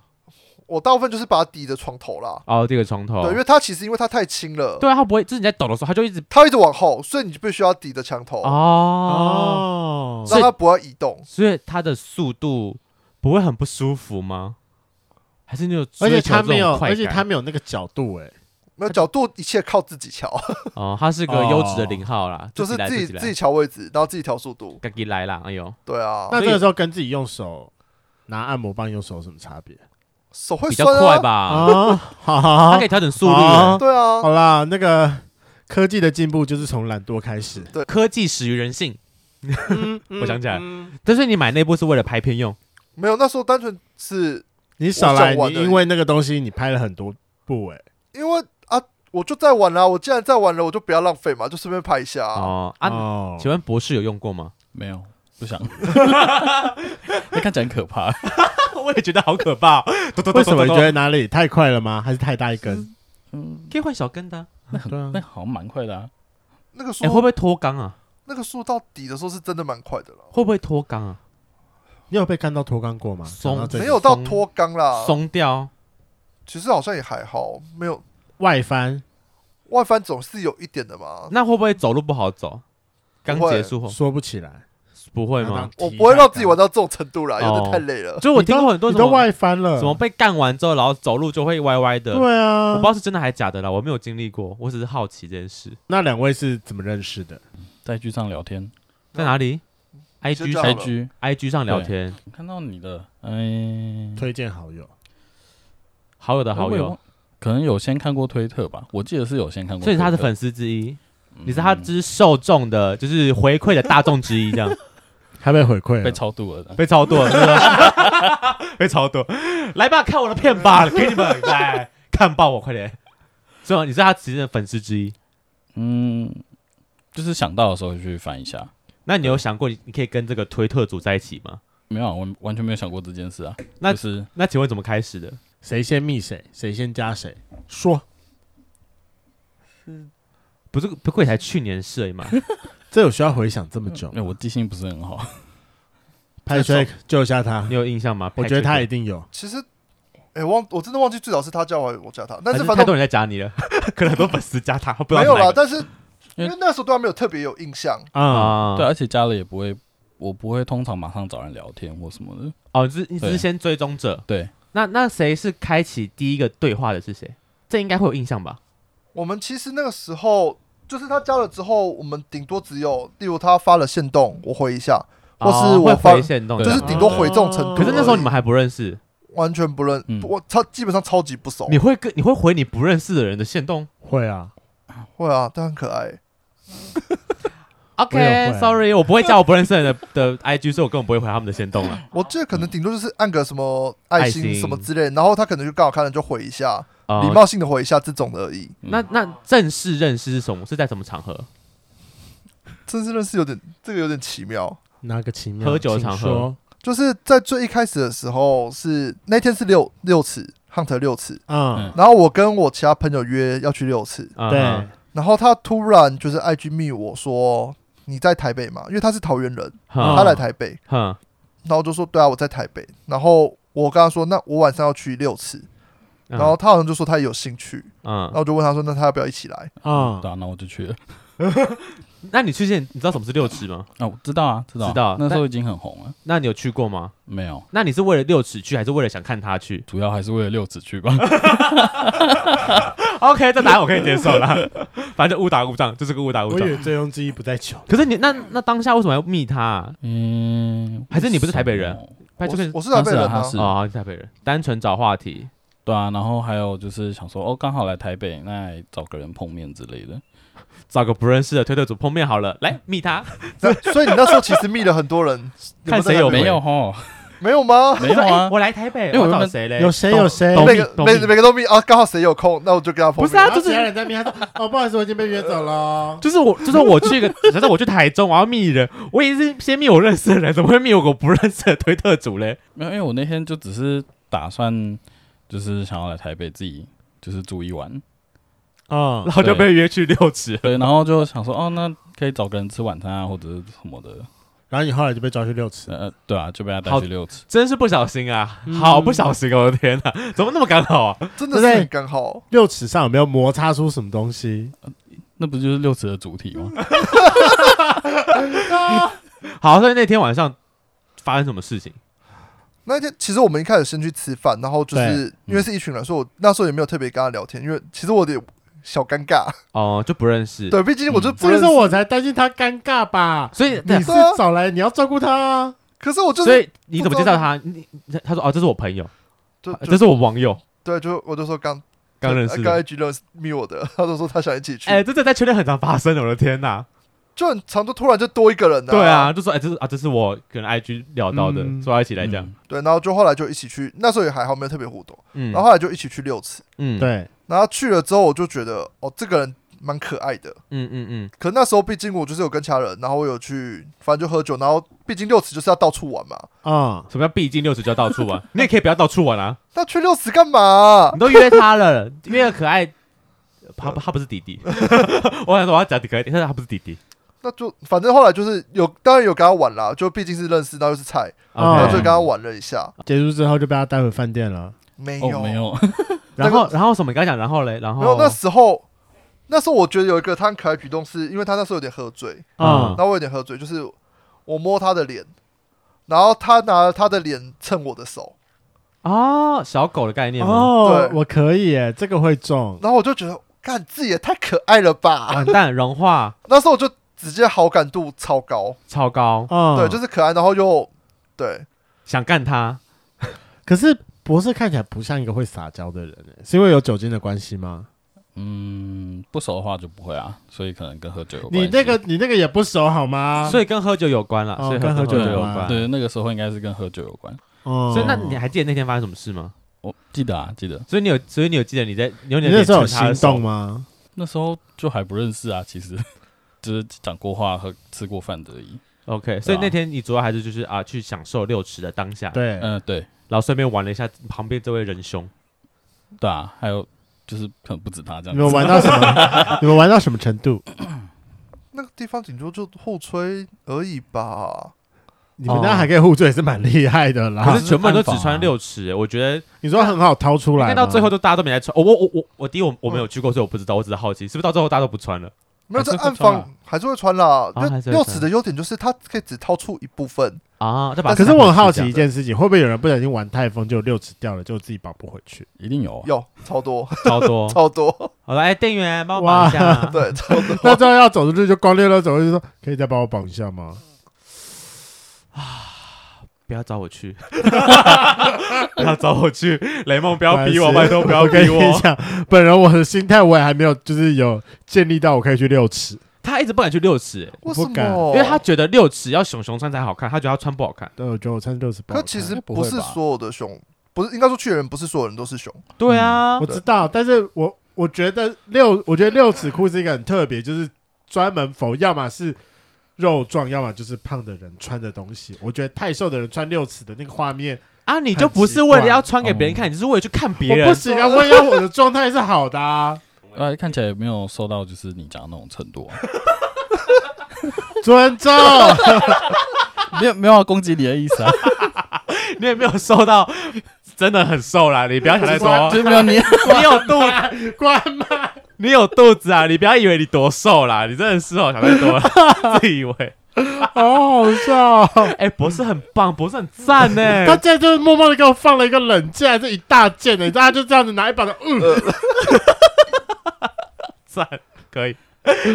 Speaker 4: 我大部分就是把它抵着床头啦。
Speaker 2: 哦，这个床头
Speaker 4: 对，。因为它其实因为它太轻了，
Speaker 2: 对啊，它不会，就是你在抖的时候，它就一直
Speaker 4: 它会一直往后，所以你就必须要抵着墙头，
Speaker 2: 哦，
Speaker 1: 哦，
Speaker 2: 所
Speaker 4: 让
Speaker 2: 以
Speaker 4: 它不要移动。
Speaker 2: 所以它的速度不会很不舒服吗？还是你有追
Speaker 1: 而且
Speaker 2: 求
Speaker 1: 他
Speaker 2: 这种快感？
Speaker 1: 没有，而且他没有那个角度、哎，
Speaker 4: 没有角度，一切靠自己调，
Speaker 2: 哦，它是个优质的零号啦，
Speaker 4: 哦就是
Speaker 2: [LAUGHS] 自
Speaker 4: 自己
Speaker 2: 己来
Speaker 4: 自己
Speaker 2: 己
Speaker 4: 调位置，然后自己调速度。
Speaker 2: 来，自己来啦！哎呦，
Speaker 4: 对啊，
Speaker 1: 那
Speaker 2: 所以
Speaker 1: 这个时候跟自己用手拿按摩棒用手有什么差别
Speaker 4: 手会
Speaker 2: 比较
Speaker 4: 酸
Speaker 2: 快
Speaker 4: 啊。
Speaker 2: 吧？
Speaker 1: 啊？好好
Speaker 2: 它
Speaker 1: 好
Speaker 2: 可以调整速率
Speaker 1: 啊
Speaker 2: 了，
Speaker 4: 对啊
Speaker 1: 好，啦，那个科技的进步就是从懒惰开始。
Speaker 2: 科技始于人性。 [LAUGHS] 我想起来
Speaker 1: 嗯
Speaker 2: 但是你买那部是为了拍片用，
Speaker 4: 没有那时候单纯是
Speaker 1: 你少来，
Speaker 4: 我想玩
Speaker 1: 你
Speaker 4: 而已
Speaker 1: 因为那个东西你拍了很多部哎、
Speaker 4: 因为啊，我就在玩啦，我既然在玩了，我就不要浪费嘛，就顺便拍一下啊。
Speaker 2: 哦啊，
Speaker 1: 哦
Speaker 2: 请问博士有用过吗？ [LAUGHS]
Speaker 5: 没有，不想。那看起来很可怕，
Speaker 2: 我也觉得好可怕 [LAUGHS] 哦，
Speaker 1: 为什么你觉得哪里太快了吗？还是太大一根？
Speaker 5: 嗯，
Speaker 2: 可以换小根的啊？
Speaker 5: 那很
Speaker 1: 对啊
Speaker 5: 那好像蛮快的啊。
Speaker 4: 那个速
Speaker 2: 哎，会不会脱肛啊？
Speaker 4: 那个速到底的时候是真的蛮快的了，
Speaker 2: 会不会脱肛啊？
Speaker 1: 你有被看到脱肛过吗？
Speaker 2: 松
Speaker 1: 讲到这个
Speaker 4: 没有到脱肛啦，
Speaker 2: 啊嗯松掉？
Speaker 4: 其实好像也还好，没有
Speaker 1: 外翻
Speaker 4: 外翻总是有一点的嘛。
Speaker 2: 那会不会走路不好走？刚
Speaker 4: 不会
Speaker 2: 结束后
Speaker 1: 说不起来，
Speaker 2: 不哦会
Speaker 1: 要
Speaker 2: 吗
Speaker 1: 当？
Speaker 4: 我
Speaker 1: 题
Speaker 4: 不会
Speaker 1: 材
Speaker 4: 让自己
Speaker 1: 感
Speaker 4: 玩到这种程度啦，有
Speaker 2: 哦
Speaker 4: 点太累了。
Speaker 2: 就我听过很多
Speaker 1: 你
Speaker 2: 什
Speaker 1: 都
Speaker 2: 么
Speaker 1: 外翻了，
Speaker 2: 什么被干完之后，然后走路就会歪歪的，我
Speaker 1: 对啊
Speaker 2: 不知，道是真的还假的啦，我没有经历过，我只是好奇这件事。
Speaker 1: 那两位是怎么认识的？
Speaker 5: 在剧上聊天
Speaker 2: 在哪里？I
Speaker 4: 就
Speaker 2: G
Speaker 4: 这
Speaker 2: 上
Speaker 4: 样了
Speaker 5: ，IG
Speaker 2: I G 上聊天，
Speaker 5: 看到你的，嗯，
Speaker 1: 推荐好友，
Speaker 2: 好友的
Speaker 5: 哎
Speaker 2: 好
Speaker 5: 我也
Speaker 2: 友
Speaker 5: 忘，可能有先看过推特吧，我记得是有先看过。
Speaker 2: 所以他是，粉丝之一，
Speaker 5: 嗯
Speaker 2: 你是他之受众的，就是回馈的大众之一，这样
Speaker 1: 他被回馈
Speaker 4: 啊
Speaker 5: 被
Speaker 1: 了，
Speaker 5: 超度了的。
Speaker 2: 被超度了，是不是 [LAUGHS] 被超度。来吧，看我的片吧，给你们来看爆我，快点！所以你是他其实的粉丝之一，
Speaker 5: 嗯，就是想到的时候就去翻一下。
Speaker 2: 那你有想过你你可以跟这个推特组在一起吗？
Speaker 5: 没有啊，我完全没有想过这件事啊。
Speaker 2: 那
Speaker 5: 就是
Speaker 2: 那请问怎么开始的？
Speaker 1: 谁先密谁，谁先加谁，说
Speaker 2: 不是不过也才去年摄影嘛，
Speaker 1: 这有需要回想这么久
Speaker 2: 嗯
Speaker 5: 哎，？我记性不是很好。
Speaker 1: 派 Jack 救一下他
Speaker 2: 你，有印象吗？
Speaker 1: 我觉得他
Speaker 2: 拍
Speaker 1: 一
Speaker 2: 这个
Speaker 1: 定有。
Speaker 4: 其实，哎、忘我真的忘记最早是他叫我，我加他，但
Speaker 2: 还
Speaker 4: 是
Speaker 2: 是
Speaker 4: 反
Speaker 2: 啊太多
Speaker 4: 正
Speaker 2: 人在加你了， [LAUGHS] 可能很多粉丝加他，不知道
Speaker 4: 没有
Speaker 2: 哪
Speaker 4: 啦。
Speaker 2: 个
Speaker 4: 但是因为那时候对他没有特别有印象，
Speaker 1: 啊、
Speaker 2: 啊
Speaker 5: 对，而且加了也不会，我不会通常马上找人聊天或什么的。
Speaker 2: 哦，你是你只是
Speaker 5: 对
Speaker 2: 先追踪者。
Speaker 5: 对，
Speaker 2: 那那谁是开启第一个对话的是谁？这应该会有印象吧？
Speaker 4: 我们其实那个时候就是他加了之后，我们顶多只有，例如他发了线动，我回一下，或
Speaker 2: 哦
Speaker 4: 是
Speaker 2: 会
Speaker 4: 我发，
Speaker 2: 回线动这
Speaker 5: 对
Speaker 4: 就
Speaker 2: 样，
Speaker 4: 是顶多回这种程度而已。
Speaker 2: 可是那时候你们还不认识，
Speaker 4: 完全不认，
Speaker 5: 嗯
Speaker 4: 我超基本上超级不熟
Speaker 2: 你。会跟你会回你不认识的人的线动？
Speaker 1: 会啊，
Speaker 4: 会啊，但很可爱。
Speaker 1: 我也会啊
Speaker 2: OK，Sorry，我不会加我不认识的人的的 IG，所以我根本不会回他们的先动了。
Speaker 4: 我记得可能顶多就是按个什么爱
Speaker 2: 嗯爱
Speaker 4: 心
Speaker 2: 心
Speaker 4: 什么之类，然后他可能就刚好看了就回一下，
Speaker 2: 哦
Speaker 4: [LAUGHS] 礼貌性的回一下这种的而已。
Speaker 2: 那那正式认识是什么？是在什么场合？
Speaker 4: 真是认识有点这个有点奇妙，
Speaker 1: 哪个奇妙？
Speaker 2: 喝酒的
Speaker 1: 请
Speaker 2: 场合
Speaker 1: 说，
Speaker 4: 就是在最一开始的时候是那天是六六次 hunt 六次，
Speaker 1: 嗯，
Speaker 4: 然后我跟我其他朋友约要去六次，
Speaker 2: 嗯
Speaker 1: 对，
Speaker 4: 然后他突然就是 IG 密我说你在台北嘛，因为他是桃园人，
Speaker 1: 嗯
Speaker 4: 他来台北，
Speaker 2: 哼，
Speaker 4: 然后我就说对啊，我在台北。然后我跟他说，那我晚上要去六次，
Speaker 2: 然
Speaker 4: 然后他好像就说他也有兴趣，然
Speaker 2: 嗯，
Speaker 4: 后我就问他说，那他要不要一起来？
Speaker 1: 嗯
Speaker 5: 对啊，那我就去了。
Speaker 2: 那你去之前你知道什么是六尺吗？
Speaker 5: 啊，我知道啊，知道啊，
Speaker 2: 知道
Speaker 5: 那时候已经很红了。
Speaker 2: 那你有去过吗？
Speaker 5: 没有，
Speaker 2: 那你是为了六尺去，还是为了想看他去
Speaker 5: 主要还是为了六子去
Speaker 2: [LAUGHS]
Speaker 5: 吧。
Speaker 2: ？OK，这答案我可以接受啦， [LAUGHS] 反正就误打误撞，就是个误打误
Speaker 1: 我以
Speaker 2: 撞。
Speaker 1: 为醉翁之意不在酒，
Speaker 2: 可是你那那当下为什么要密他啊？
Speaker 5: 嗯，
Speaker 2: 还是你不是台北
Speaker 5: [LAUGHS]
Speaker 2: 人
Speaker 5: 为什么？
Speaker 2: 他就
Speaker 4: 我
Speaker 2: 跟
Speaker 4: 是我是台
Speaker 5: 他
Speaker 4: 北
Speaker 5: 是
Speaker 4: 人
Speaker 5: 啊，他
Speaker 4: 啊，
Speaker 5: 是，
Speaker 2: 哦，台北人，单纯找话题。
Speaker 5: 对啊。然后还有就是想说，哦，刚好来台北，那也找个人碰面之类的。
Speaker 2: 找个不认识的推特组碰面好了，来密他，
Speaker 4: 那所以你那时候其实密了很多人，
Speaker 2: [LAUGHS] 看谁
Speaker 4: 有
Speaker 2: 有
Speaker 4: 没有在台北
Speaker 5: 没
Speaker 2: [LAUGHS]
Speaker 5: 有吼，
Speaker 4: 没有吗？
Speaker 5: 没有
Speaker 2: 说哎
Speaker 5: 啊。
Speaker 2: 我来台北，
Speaker 5: 因为我
Speaker 2: 我找
Speaker 5: 原本
Speaker 2: 谁嘞？
Speaker 1: 有谁有谁？
Speaker 2: 懂
Speaker 4: 每
Speaker 2: 懂
Speaker 4: 个每每个都密啊，刚好谁有空，那我就跟他碰
Speaker 2: 不
Speaker 4: 面。
Speaker 2: 是啊
Speaker 1: 然后
Speaker 2: 就是
Speaker 1: 其他人在面，他说：“哦，不好意思，我已经被约走了哦。
Speaker 2: 就是我，就是我去一个， [LAUGHS] 假设我去台中，我要密人，我也是先密我认识的人，怎么会密我个不认识的推特组嘞？
Speaker 5: 没有，因为我那天就只是打算，就是想要来台北自己就是住一晚，
Speaker 1: 嗯
Speaker 2: 然，后就被约去六尺，
Speaker 5: 对，然后就想说，哦，那可以找个人吃晚餐啊，或者是什么的。
Speaker 1: 然后你后来就被抓去六次，
Speaker 5: 呃，对啊，就被他带
Speaker 2: 好
Speaker 5: 去六次。
Speaker 2: 真是不小心啊，
Speaker 1: 嗯
Speaker 2: 好不小心、哦！我的天哪，怎么那么刚好啊？
Speaker 4: 真的是
Speaker 1: 对
Speaker 4: 很刚好，
Speaker 1: 六尺上有没有摩擦出什么东西？
Speaker 5: 那不就是六次的主题吗？
Speaker 2: 好，所以那天晚上发生什么事情？
Speaker 4: 那天其实我们一开始先去吃饭，然后就是因
Speaker 2: 嗯
Speaker 4: 为是一群人，所以我那时候也没有特别跟他聊天，因为其实我有点小尴尬。
Speaker 2: 哦、就不认识。
Speaker 4: 对，毕竟我就不
Speaker 1: 这个
Speaker 4: 认
Speaker 1: 时
Speaker 2: 嗯
Speaker 4: 识，
Speaker 1: 候我才担心他尴尬吧？
Speaker 2: 所以
Speaker 1: 你
Speaker 2: 对，
Speaker 1: 是找来，你要照顾他啊。
Speaker 4: 可是我就
Speaker 2: 所
Speaker 4: 是
Speaker 2: 以你怎么介绍他？你你他说哦，这是我朋友，
Speaker 4: 就
Speaker 2: 这
Speaker 4: 就是
Speaker 2: 我网友，
Speaker 4: 对，就我就说刚
Speaker 2: 刚认识
Speaker 4: 刚
Speaker 2: 的。
Speaker 4: 一局认识密我的， [LAUGHS] 他就说他想一起去，
Speaker 2: 哎、这这在圈内很常发生的，我的天哪！
Speaker 4: 就很常就突然就多一个人、
Speaker 2: 对啊，，就说哎、这是啊，这是我跟 IG 聊到的，
Speaker 1: 嗯
Speaker 2: 说要一起来讲。
Speaker 5: 嗯，
Speaker 4: 对，然后就后来就一起去，那时候也还好，没有特别互动，
Speaker 2: 嗯，
Speaker 4: 然后后来就一起去六次，
Speaker 2: 嗯，
Speaker 1: 对，
Speaker 4: 然后去了之后我就觉得哦，这个人蛮可爱的。
Speaker 2: 嗯嗯嗯，
Speaker 4: 可那时候毕竟我就是有跟其他人，然后我有去，反正就喝酒，然后毕竟六次就是要到处玩嘛。
Speaker 1: 嗯，
Speaker 2: 什么叫必经六十就要到处 [LAUGHS] 玩？你也可以不要到处玩啊！
Speaker 4: 那去六次干嘛、
Speaker 2: 你都约他了，约了可爱，他他不是弟弟。呃 [LAUGHS] 我想说我要讲可爱点，但是他不是弟弟。
Speaker 4: 那就反正后来就是有，当然有跟他玩啦，就毕竟是认识，然后又是菜，然后
Speaker 1: 哦
Speaker 2: OK
Speaker 4: 就跟他玩了一下。
Speaker 1: 结束之后就被他带回饭店了。
Speaker 4: 没有，
Speaker 5: 哦，没，有，
Speaker 2: 然后然后什么？你刚讲然后嘞，然
Speaker 4: 没有。
Speaker 2: 后
Speaker 4: 那时候，那时候我觉得有一个他很可爱的举动，是因为他那时候有点喝醉，
Speaker 1: 嗯
Speaker 2: 嗯
Speaker 4: 那我有点喝醉，就是我摸他的脸，然后他拿了他的脸蹭我的手，
Speaker 2: 哦，小狗的概念吗？
Speaker 1: 哦，
Speaker 4: 对
Speaker 1: 我可以耶，这个会中。
Speaker 4: 然后我就觉得，干，这也太可爱了吧！
Speaker 2: 完蛋，融化
Speaker 4: 那时候我就直接好感度超高，
Speaker 2: 超高，
Speaker 1: 嗯，
Speaker 4: [LAUGHS] 对，就是可爱，然后又对，
Speaker 2: 想干他。
Speaker 1: 可是博士看起来不像一个会撒娇的人耶，是因为有酒精的关系吗？
Speaker 5: 嗯，不熟的话就不会啊，所以可能跟喝酒有关系。
Speaker 1: 你那个你那个也不熟好吗？
Speaker 2: 所
Speaker 1: 以，
Speaker 2: 以跟喝酒有关了，
Speaker 1: 哦
Speaker 2: 所以
Speaker 1: 跟喝酒
Speaker 2: 酒
Speaker 1: 有
Speaker 2: 有
Speaker 1: 关
Speaker 2: 关。
Speaker 5: 对，那个时候应该是跟喝酒有关。
Speaker 1: 所
Speaker 2: 所以那你还记得那天发生什么事吗？
Speaker 5: 我记得啊，记得
Speaker 2: 所以你有，所以你有记得你在，你有
Speaker 1: 你
Speaker 2: 你的
Speaker 1: 那
Speaker 2: 脸
Speaker 1: 时候有
Speaker 2: 蹭他
Speaker 1: 心
Speaker 2: 的手
Speaker 1: 动吗？
Speaker 5: 那时候就还不认识啊，其实 [LAUGHS] 就是讲过话和吃过饭而已。
Speaker 2: OK，所以
Speaker 5: 对啊
Speaker 2: 那天你主要还是就是啊，去享受六尺的当下，
Speaker 1: 对，
Speaker 5: 嗯、对，
Speaker 2: 然后顺便玩了一下旁边这位仁兄，
Speaker 5: 对啊，还有就是可能不止他这
Speaker 1: 你们
Speaker 5: 样子。
Speaker 1: 玩到什
Speaker 2: [LAUGHS]
Speaker 1: 么？你们玩到什么程度？
Speaker 4: 那个地方顶多就互吹而已吧。
Speaker 1: 你们那还可以互追，也是蛮厉害的
Speaker 2: 可
Speaker 1: 啦。
Speaker 2: 是全部人都只
Speaker 5: 是暗访
Speaker 2: 穿
Speaker 5: 啊
Speaker 2: 六尺、欸我觉得
Speaker 1: 你说很好掏出
Speaker 2: 应
Speaker 1: 来吗，
Speaker 2: 该到最后都大家都没来穿。哦我我我我第一
Speaker 1: 嗯
Speaker 2: 我我没有去过，所以我不知道，我只是好奇，是不是到最后大家都不穿了？
Speaker 4: 没有，
Speaker 5: 还
Speaker 4: 这
Speaker 5: 是会
Speaker 4: 暗
Speaker 5: 穿啦
Speaker 4: 访还是会穿啦。
Speaker 2: 还是
Speaker 4: 那
Speaker 2: 会穿
Speaker 4: 六尺的优点就是它可以只掏出一部分，
Speaker 2: 啊，再把
Speaker 1: 可是我很好奇一
Speaker 2: 一件，
Speaker 1: 件事情，会不会有人不小心玩太疯就六尺掉了，就自己保不回
Speaker 4: [LAUGHS]
Speaker 1: 去？
Speaker 5: 一定有啊，
Speaker 4: 有超多
Speaker 2: 超多。
Speaker 4: 超多，
Speaker 2: 好了，哎，店员帮我绑一下。
Speaker 4: 对超多。
Speaker 1: 那最后要走出去就光溜溜走出去说，可以再帮我绑一下吗？
Speaker 2: 不要找我去，不要找我去，雷梦不要逼我，
Speaker 1: 不好
Speaker 2: 拜
Speaker 1: 意思
Speaker 2: 托不要
Speaker 1: 我跟
Speaker 2: 逼
Speaker 1: 你
Speaker 2: 我。
Speaker 1: 讲，本人我的心态我也还没有，就是有建立到我可以去六尺。
Speaker 2: 他一直不敢去六尺、欸
Speaker 4: 为
Speaker 1: 我
Speaker 4: 什
Speaker 1: 不敢
Speaker 4: 么？
Speaker 2: 因为他觉得六尺要熊熊穿才好看，他觉得他穿不好看。
Speaker 1: 对，我觉得我穿六十八。
Speaker 4: 可其实
Speaker 5: 不
Speaker 4: 不
Speaker 5: 会
Speaker 4: 是
Speaker 5: 吧
Speaker 4: 所有的熊，不是应该说去的人不是所有人都是熊，
Speaker 2: 对啊
Speaker 1: 我，知道，但是我我觉得六，我觉得六尺裤是一个很特别，就是专门否，要么是肉壮，要么就是胖的人穿的东西。我觉得太瘦的人穿六尺的那个画面，
Speaker 2: 啊，你就不是为了要穿给别人看，你是为了去看别
Speaker 1: 我不
Speaker 2: 人。
Speaker 1: 行啊，我也要我的状态是好的
Speaker 2: [LAUGHS]
Speaker 1: 啊。
Speaker 5: 呃，看起来也没有瘦到就是你讲的那种程度、啊，
Speaker 1: 尊
Speaker 2: [LAUGHS]
Speaker 1: 重，
Speaker 5: 没有没有要攻击你的意思啊，
Speaker 1: [LAUGHS]
Speaker 2: 你也没有瘦到，真的很瘦啦。 [LAUGHS] 你不啊要想太
Speaker 1: 哦
Speaker 2: 多，
Speaker 5: 就是没有你
Speaker 2: 你有肚，
Speaker 1: 关门。
Speaker 2: 你有肚子啊！你不要以为你多瘦啦，你真的是哦，想太多了， [LAUGHS] 自以为。
Speaker 1: 好好笑哦、
Speaker 2: 哎、博士很棒，博士很赞呢、 [LAUGHS]
Speaker 1: 他竟然就是默默的给我放了一个冷箭，这一大箭的，你知道他就这样子拿一把的，嗯，
Speaker 2: 赞，可以。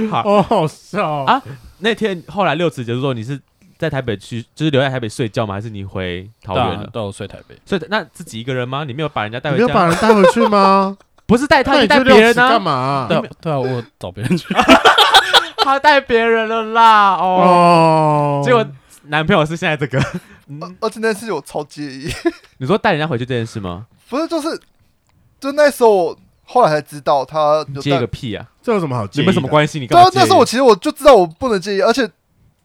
Speaker 1: 好好笑哦、
Speaker 2: 啊那天后来六次结束之后，你是在台北去，就是留在台北睡觉吗？还是你回桃
Speaker 5: 对
Speaker 2: 园
Speaker 5: 啊
Speaker 2: 了？
Speaker 5: 对啊我睡台北，
Speaker 2: 所以那自己一个人吗？你没有把人家带
Speaker 1: 你
Speaker 2: 回
Speaker 1: 没有把
Speaker 2: 家？
Speaker 1: 人带回去吗？
Speaker 2: 不是带 [LAUGHS] 他，
Speaker 1: 那
Speaker 2: 你
Speaker 1: 你去
Speaker 2: 带
Speaker 1: 六
Speaker 2: 别人
Speaker 1: 尺
Speaker 2: 呢、
Speaker 1: 干嘛、
Speaker 5: 对啊对啊，我找别人去，
Speaker 2: 他带别人了啦，
Speaker 1: 哦，
Speaker 2: 哦，结果男朋友是现在这个，
Speaker 4: 而
Speaker 2: 嗯，
Speaker 4: 而且那件事情我超介意， [LAUGHS]
Speaker 2: 你说带人家回去这件事吗？
Speaker 4: 不是就是就那时候我后来才知道他有
Speaker 2: 接
Speaker 4: 带
Speaker 2: 个屁啊！
Speaker 1: 这有什么好介
Speaker 2: 你
Speaker 1: 意的？
Speaker 2: 们什么关系？你
Speaker 4: 对
Speaker 2: 干
Speaker 4: 啊
Speaker 2: 嘛，介意。
Speaker 4: 那时候我，其实我就知道我不能介意，而且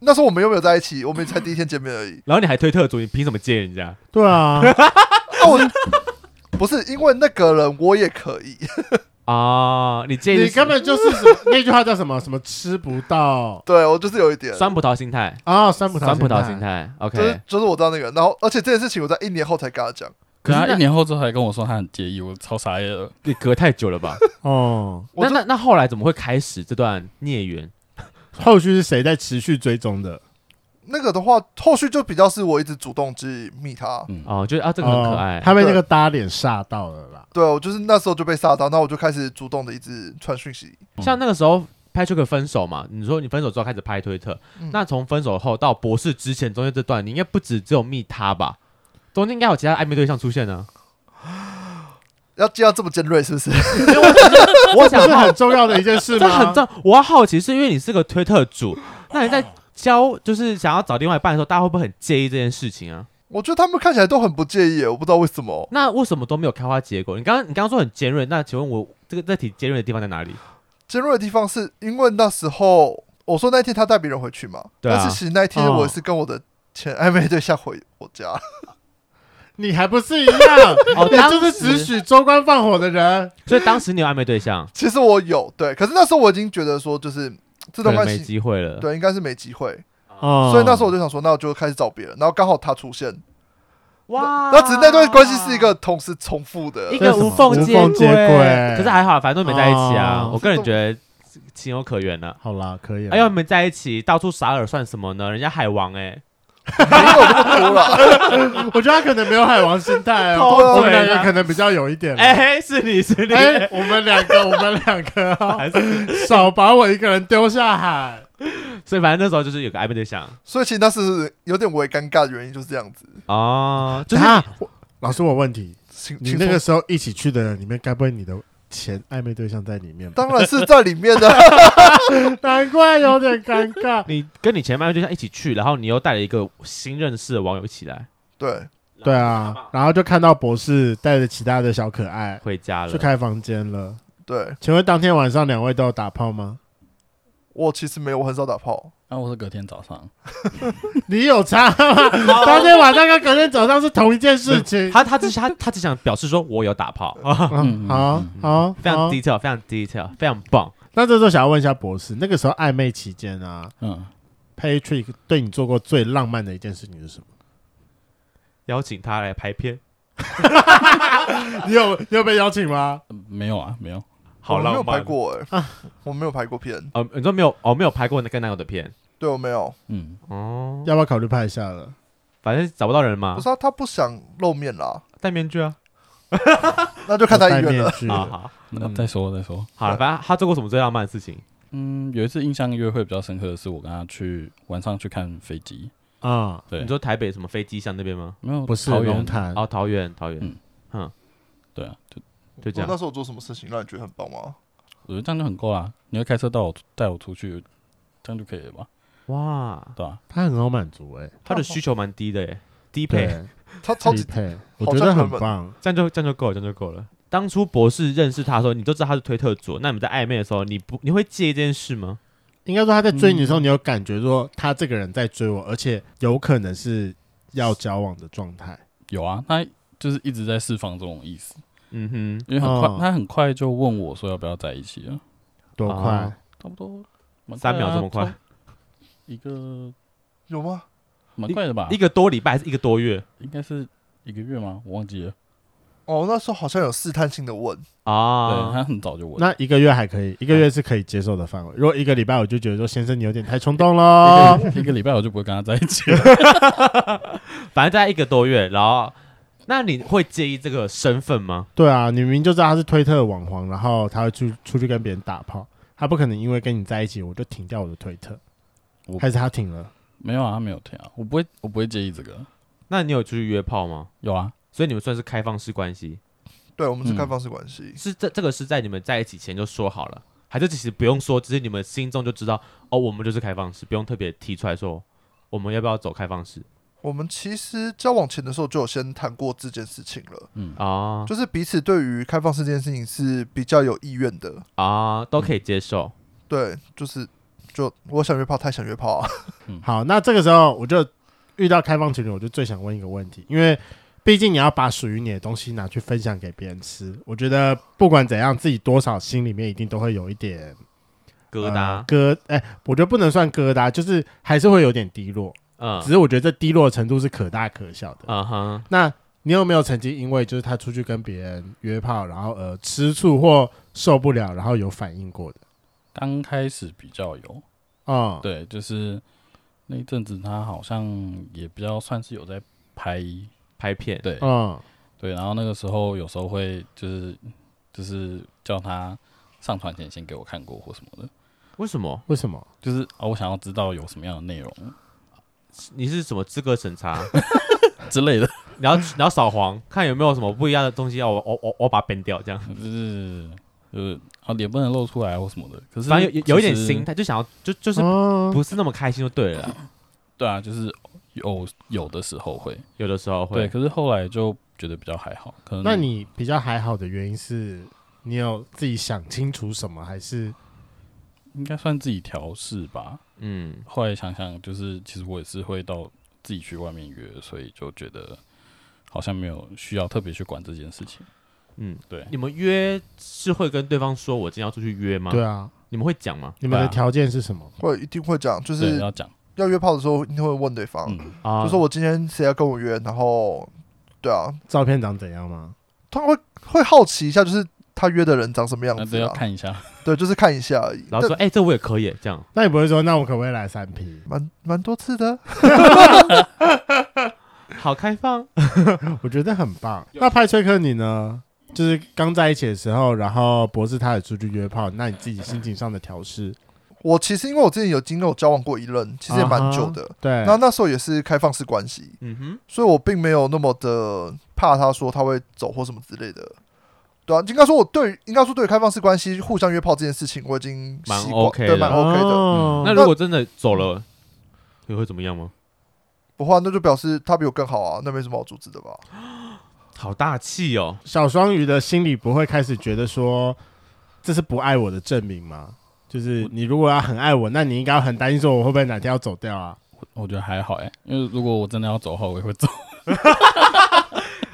Speaker 4: 那时候我们又没有在一起，我们才第一天见面而已 [LAUGHS]
Speaker 2: 然后你还推特组，你凭什么借人家？
Speaker 1: 对
Speaker 2: [LAUGHS]
Speaker 1: 啊，
Speaker 4: 那我不是因为那个人我也可以， [LAUGHS]
Speaker 2: 啊，你介意
Speaker 1: 你根本就是什么 [LAUGHS] 那句话叫什么什么吃不到
Speaker 4: 对我就是有一点，
Speaker 2: 酸葡萄心态，
Speaker 1: 啊，酸葡萄
Speaker 2: 酸葡萄心
Speaker 1: 态。
Speaker 2: 态。
Speaker 4: 就是
Speaker 2: OK，
Speaker 4: 就是我知道那个人，然后而且这件事情我在一年后才跟他讲，
Speaker 2: 可
Speaker 5: 可是
Speaker 2: 是
Speaker 5: 他
Speaker 2: 那
Speaker 5: 一年后之后还跟我说他很介意，我超傻眼了。
Speaker 2: 你隔太久了吧？
Speaker 1: 哦，
Speaker 4: 我
Speaker 2: 那
Speaker 4: 就
Speaker 2: 那那后来怎么会开始这段孽缘？
Speaker 1: 后续是谁在持续追踪的？
Speaker 4: 那个的话，后续就比较是我一直主动去密他，
Speaker 5: 嗯，
Speaker 2: 哦，就是啊，这个很可爱
Speaker 1: 哦。他被那个搭脸吓到了啦。
Speaker 4: 对啊我就是那时候就被吓到，那我就开始主动的一直传讯息，
Speaker 2: 像那个时候 Patrick 分手嘛，你说你分手之后开始拍推特，
Speaker 4: 嗯
Speaker 2: 那从分手后到博士之前中间这段，你应该不止只有密他吧？中间应该有其他暧昧对象出现啊呢、
Speaker 4: 要这样这么尖锐是不是？ [LAUGHS]
Speaker 2: 我
Speaker 1: 这
Speaker 2: 想
Speaker 1: 不是
Speaker 2: 好
Speaker 1: 很重要的一件事
Speaker 2: 这
Speaker 1: 吗？
Speaker 2: 很重，我好奇是因为你是个推特
Speaker 1: [LAUGHS]
Speaker 2: 主，那你在交就是想要找另外一半的时候，大家会不会很介意这件事情啊？
Speaker 4: 我觉得他们看起来都很不介意，我不知道为什么。
Speaker 2: 那为什么都没有开花结果？你刚刚你刚刚说很尖锐，那请问我这个这题尖锐的地方在哪里？
Speaker 4: 尖锐的地方是因为那时候我说那一天他带别人回去嘛，
Speaker 2: 对啊
Speaker 4: 但是其实那一天
Speaker 2: 哦
Speaker 4: 我是跟我的前暧昧对象回我家， [LAUGHS]
Speaker 1: 你还不是一样？
Speaker 2: 哦，
Speaker 1: 你就是
Speaker 2: 当时
Speaker 1: 只许州官放火的人。
Speaker 2: 所以当时你有暧昧对象，
Speaker 4: 其实我有对，可是那时候我已经觉得说就是
Speaker 2: 这
Speaker 4: 这段关
Speaker 2: 没
Speaker 4: 系
Speaker 2: 机会嗯了。
Speaker 4: 对应该是没机会，
Speaker 1: 哦
Speaker 4: 所以那时候我就想说，那我就开始找别人，然后刚好他出现，
Speaker 2: 哇
Speaker 4: 那只是那段关系是一个同时重复的
Speaker 2: 啊一，个无缝
Speaker 1: 无缝接轨
Speaker 2: 可是还好，反正都没在一起啊。
Speaker 1: 哦
Speaker 2: 我个人觉得情有可原呢、啊。
Speaker 1: 好啦，可以了。
Speaker 2: 哎呦，没在一起，到处撒饵算什么呢？人家海王哎、
Speaker 4: 没有那么多
Speaker 1: [LAUGHS]
Speaker 4: 了，
Speaker 1: 我觉得他可能没有海王心
Speaker 2: [LAUGHS]
Speaker 1: 态哦，
Speaker 4: 偷
Speaker 1: 我们
Speaker 2: 嘴
Speaker 1: 两
Speaker 2: 啦
Speaker 1: 个可能比较有一点。
Speaker 2: 哎、是你是你，
Speaker 1: 哎，我们两个，我 [LAUGHS] 们两个哦，
Speaker 2: 还是
Speaker 1: 少把我一个人丢下海。
Speaker 2: 所以反正那时候就是有个暧昧对象
Speaker 4: [LAUGHS] 所以其实那是有点微尴尬的原因就是这样子，
Speaker 2: 哦，就是。
Speaker 1: 啊，我老师，我问题，
Speaker 4: 请
Speaker 1: 你
Speaker 4: 请
Speaker 1: 那个
Speaker 4: 说
Speaker 1: 时候一起去的人里面，该不会你的前暧昧对象在里面吧？
Speaker 4: 当然是在里面的， [LAUGHS]
Speaker 1: 难怪有点尴尬
Speaker 2: [LAUGHS] 你跟你前暧昧对象一起去，然后你又带了一个新认识的网友一起来
Speaker 4: 对，
Speaker 1: 对啊，然后就看到博士带着其他的小可爱
Speaker 2: 回家
Speaker 1: 去
Speaker 2: 了。
Speaker 1: 开房间了。
Speaker 4: 对
Speaker 1: 请问当天晚上两位都有打炮吗？
Speaker 4: 我其实没有，我很少打炮，
Speaker 5: 然啊后我是隔天早
Speaker 1: [LAUGHS]
Speaker 5: 上，
Speaker 1: 啊你有差吗？当天晚上跟隔天早上是同一件事情。
Speaker 2: 他他只是他他只想 [LAUGHS] 表示说我有打炮，
Speaker 1: 嗯
Speaker 5: 嗯
Speaker 1: 好
Speaker 5: 嗯
Speaker 1: 好，
Speaker 2: 非常
Speaker 1: 好
Speaker 2: detail 非常 detail 非常棒。
Speaker 1: 那这时候想要问一下博士，那个时候暧昧期间啊
Speaker 5: 嗯，
Speaker 1: ，Patrick 对你做过最浪漫的一件事情是什么？
Speaker 2: 邀请他来拍片，
Speaker 1: 你有你有被邀请吗？
Speaker 5: 没有啊，没有，
Speaker 2: 好
Speaker 4: 我没有
Speaker 2: 浪
Speaker 4: 拍
Speaker 2: 漫。
Speaker 4: 过哎、我没有拍过片，
Speaker 2: 呃，你说没有哦，没有拍过那跟男友的片
Speaker 4: 对我没有，
Speaker 5: 嗯，
Speaker 2: 哦，
Speaker 1: 要不要考虑拍一下了？
Speaker 2: 反正找不到人
Speaker 4: 不
Speaker 2: 嘛
Speaker 4: 是，啊，他不想露面啦，
Speaker 2: 戴面具啊。
Speaker 4: 那就看他
Speaker 1: 戴
Speaker 4: 意愿
Speaker 1: 面
Speaker 4: 了。
Speaker 1: 具。
Speaker 2: 啊好，
Speaker 5: 那
Speaker 2: 嗯
Speaker 5: 再说再说。
Speaker 2: 好了，反正他做过什么最浪漫的事情？
Speaker 5: 嗯，有一次印象约会比较深刻的是，我跟他去晚上去看飞机，
Speaker 1: 啊，
Speaker 5: 对
Speaker 2: 你，说台北什么飞机巷那边吗？
Speaker 5: 没有
Speaker 1: 不是
Speaker 5: 桃
Speaker 1: 龙
Speaker 5: 园，
Speaker 1: 潭
Speaker 2: 哦，桃园，桃园
Speaker 5: 嗯，
Speaker 2: 嗯，
Speaker 5: 对啊，就
Speaker 2: 就这
Speaker 4: 我那
Speaker 2: 样。
Speaker 4: 时候有做什么事情让你觉得很棒吗？
Speaker 5: 我觉得这样就很够啦。你会开车带我带我出去，这样就可以了吧？
Speaker 2: 哇，
Speaker 5: 对吧、
Speaker 1: 他很好满足哎、
Speaker 2: 他的需求蛮低的耶，低配，
Speaker 1: 对
Speaker 4: 他超级
Speaker 1: 低配，我
Speaker 4: 好
Speaker 1: 觉
Speaker 4: 像
Speaker 1: 得很
Speaker 4: 很稳
Speaker 1: 棒。
Speaker 2: 这样就这样就够了，这样就够了。当初博士认识他的时候，你都知道他是推特主，那你们在暧昧的时候，你不你会介意这件事吗？
Speaker 1: 应该说他在追你的时候，
Speaker 2: 嗯
Speaker 1: 你有感觉说他这个人在追我，而且有可能是要交往的状态。
Speaker 5: 有啊，他就是一直在释放这种意思，
Speaker 2: 嗯哼，
Speaker 5: 因为很快、
Speaker 1: 哦
Speaker 5: 他很快就问我说要不要在一起了，
Speaker 1: 多快？
Speaker 2: 哦
Speaker 5: 差不多蛮
Speaker 2: 嗯
Speaker 5: 快
Speaker 2: 三
Speaker 5: 啊
Speaker 2: 秒这么快，
Speaker 5: 差一个
Speaker 4: 有吗？
Speaker 5: 蛮快的吧？
Speaker 2: 一个多礼拜还是一个多月
Speaker 5: 应该是一个月吗？我忘记了。
Speaker 4: 哦，那时候好像有试探性的问，
Speaker 5: 对
Speaker 2: 啊？
Speaker 5: 他很早就问，
Speaker 1: 那一个月还可以，一个月是可以接受的范围。如果一个礼拜，我就觉得说先生你有点太冲动
Speaker 2: [LAUGHS]
Speaker 1: 喽。
Speaker 5: 一个一个礼拜我就不会跟他在一起了。
Speaker 2: 反正大概一个多月，然后那你会介意这个身份吗？
Speaker 1: 对啊，你明明就知道他是推特网红，然后他会去出去跟别人打炮，他不可能因为跟你在一起我就停掉我的推特
Speaker 5: 我，
Speaker 1: 还是他停了？
Speaker 5: 没有啊，他没有听啊，我不会，我不会介意这个。
Speaker 2: 那你有出去约炮吗？
Speaker 5: 有啊，
Speaker 2: 所以你们算是开放式关系，
Speaker 4: 对我们是开
Speaker 5: 嗯
Speaker 4: 放式关系，
Speaker 2: 是这这个是在你们在一起前就说好了，还是其实不用说，只是你们心中就知道哦，我们就是开放式，不用特别提出来说我们要不要走开放式
Speaker 4: 我们其实交往前的时候就有先谈过这件事情了，
Speaker 5: 嗯，
Speaker 2: 啊
Speaker 4: 就是彼此对于开放式这件事情是比较有意愿的。
Speaker 2: 啊都可以接受。
Speaker 4: 对，就是就我想约炮，他也想约炮啊。 [LAUGHS]
Speaker 1: 好，那这个时候我就遇到开放情侣，我就最想问一个问题，因为毕竟你要把属于你的东西拿去分享给别人吃，我觉得不管怎样，自己多少心里面一定都会有一点
Speaker 2: 疙
Speaker 1: 呃
Speaker 2: 瘩，
Speaker 1: 疙，哎、我觉得不能算疙瘩，就是还是会有点低落，
Speaker 2: 嗯
Speaker 1: 只是我觉得这低落的程度是可大可小的。
Speaker 2: 嗯哼，
Speaker 1: 那你有没有曾经因为就是他出去跟别人约炮，然后呃吃醋或受不了，然后有反应过的？
Speaker 5: 刚开始比较有，
Speaker 1: 哦、嗯，
Speaker 5: 对，就是那一阵子他好像也比较算是有在拍，
Speaker 2: 拍片，
Speaker 5: 对
Speaker 1: 嗯，
Speaker 5: 对，然后那个时候有时候会就是就是叫他上传前先给我看过或什么的，
Speaker 2: 为什么？
Speaker 1: 为什么？
Speaker 5: 就是啊、我想要知道有什么样的内容
Speaker 2: 你是什么资格审查？ [LAUGHS]
Speaker 5: 之类的， [LAUGHS]
Speaker 2: 你要你要扫黄，看有没有什么不一样的东西要我我我我把它编掉，这样。
Speaker 5: 就是就是啊脸不能露出来或什么的，可是
Speaker 2: 反正有有有一点
Speaker 5: 其实
Speaker 2: 心态，就想要就就是
Speaker 1: 哦，
Speaker 2: 不是那么开心就嗯对了啦。
Speaker 5: 对啊，就是有有的时候会
Speaker 2: 有的时候
Speaker 5: 对，
Speaker 2: 会，
Speaker 5: 可是后来就觉得比较还好，可能
Speaker 1: 那你比较还好的原因是你有自己想清楚什么，还是
Speaker 5: 应该算自己调试吧。
Speaker 2: 嗯，
Speaker 5: 后来想想，就是其实我也是会到自己去外面约，所以就觉得好像没有需要特别去管这件事情。
Speaker 2: 嗯，
Speaker 5: 对
Speaker 2: 你们约是会跟对方说我今天要出去约吗？
Speaker 1: 对，啊？
Speaker 2: 你们会讲吗？
Speaker 1: 你们的
Speaker 5: 对啊
Speaker 1: 条件是什么？
Speaker 4: 会一定会讲，就
Speaker 5: 对，
Speaker 4: 是
Speaker 5: 要讲，
Speaker 2: 哦
Speaker 4: 要约炮的时候一定会问对方，
Speaker 5: 嗯，
Speaker 2: 啊，
Speaker 4: 就说我今天谁要跟我约，然后对啊，
Speaker 1: 照片长怎样吗？
Speaker 4: 他会会好奇一下，就是他约的人长什么样
Speaker 5: 那
Speaker 4: 子
Speaker 5: 这要
Speaker 2: 哦
Speaker 4: 啊？
Speaker 5: 看一下，
Speaker 4: 对，就是看一下而已。
Speaker 2: 然后说
Speaker 4: 但
Speaker 2: 哎、这我也可以这样。
Speaker 1: 那你不会说，那我可不可以来三 P？
Speaker 4: 蛮蛮多次的，
Speaker 2: 好开放，
Speaker 1: 啊我觉得很棒。那派崔克你呢？就是刚在一起的时候，然后博士他也出去约炮，那你自己心情上的调试，
Speaker 4: 我其实因为我之前有经历我交往过一任，其实也蛮久
Speaker 2: 哦
Speaker 4: 的。
Speaker 1: 对
Speaker 4: 然，后那时候也是开放式关系，
Speaker 2: 嗯哼，
Speaker 4: 所以我并没有那么的怕他说他会走或什么之类的。对啊，应该说我对于应该说对于开放式关系互相约炮这件事情，我已经
Speaker 2: 蛮
Speaker 4: 习惯
Speaker 2: OK
Speaker 4: 对，
Speaker 2: 的
Speaker 4: 蛮 OK 的。
Speaker 1: 哦
Speaker 2: 那如果真的走了，你会怎么样吗？
Speaker 4: 不话那就表示他比我更好啊，那没什么好阻止的吧？
Speaker 2: 好大气哦，
Speaker 1: 小双鱼的心里不会开始觉得说这是不爱我的证明吗？就是你如果要很爱我，那你应该要很担心说我会不会哪天要走掉啊？
Speaker 5: 我觉得还好哎、因为如果我真的要走的话，我也会走。
Speaker 2: [LAUGHS]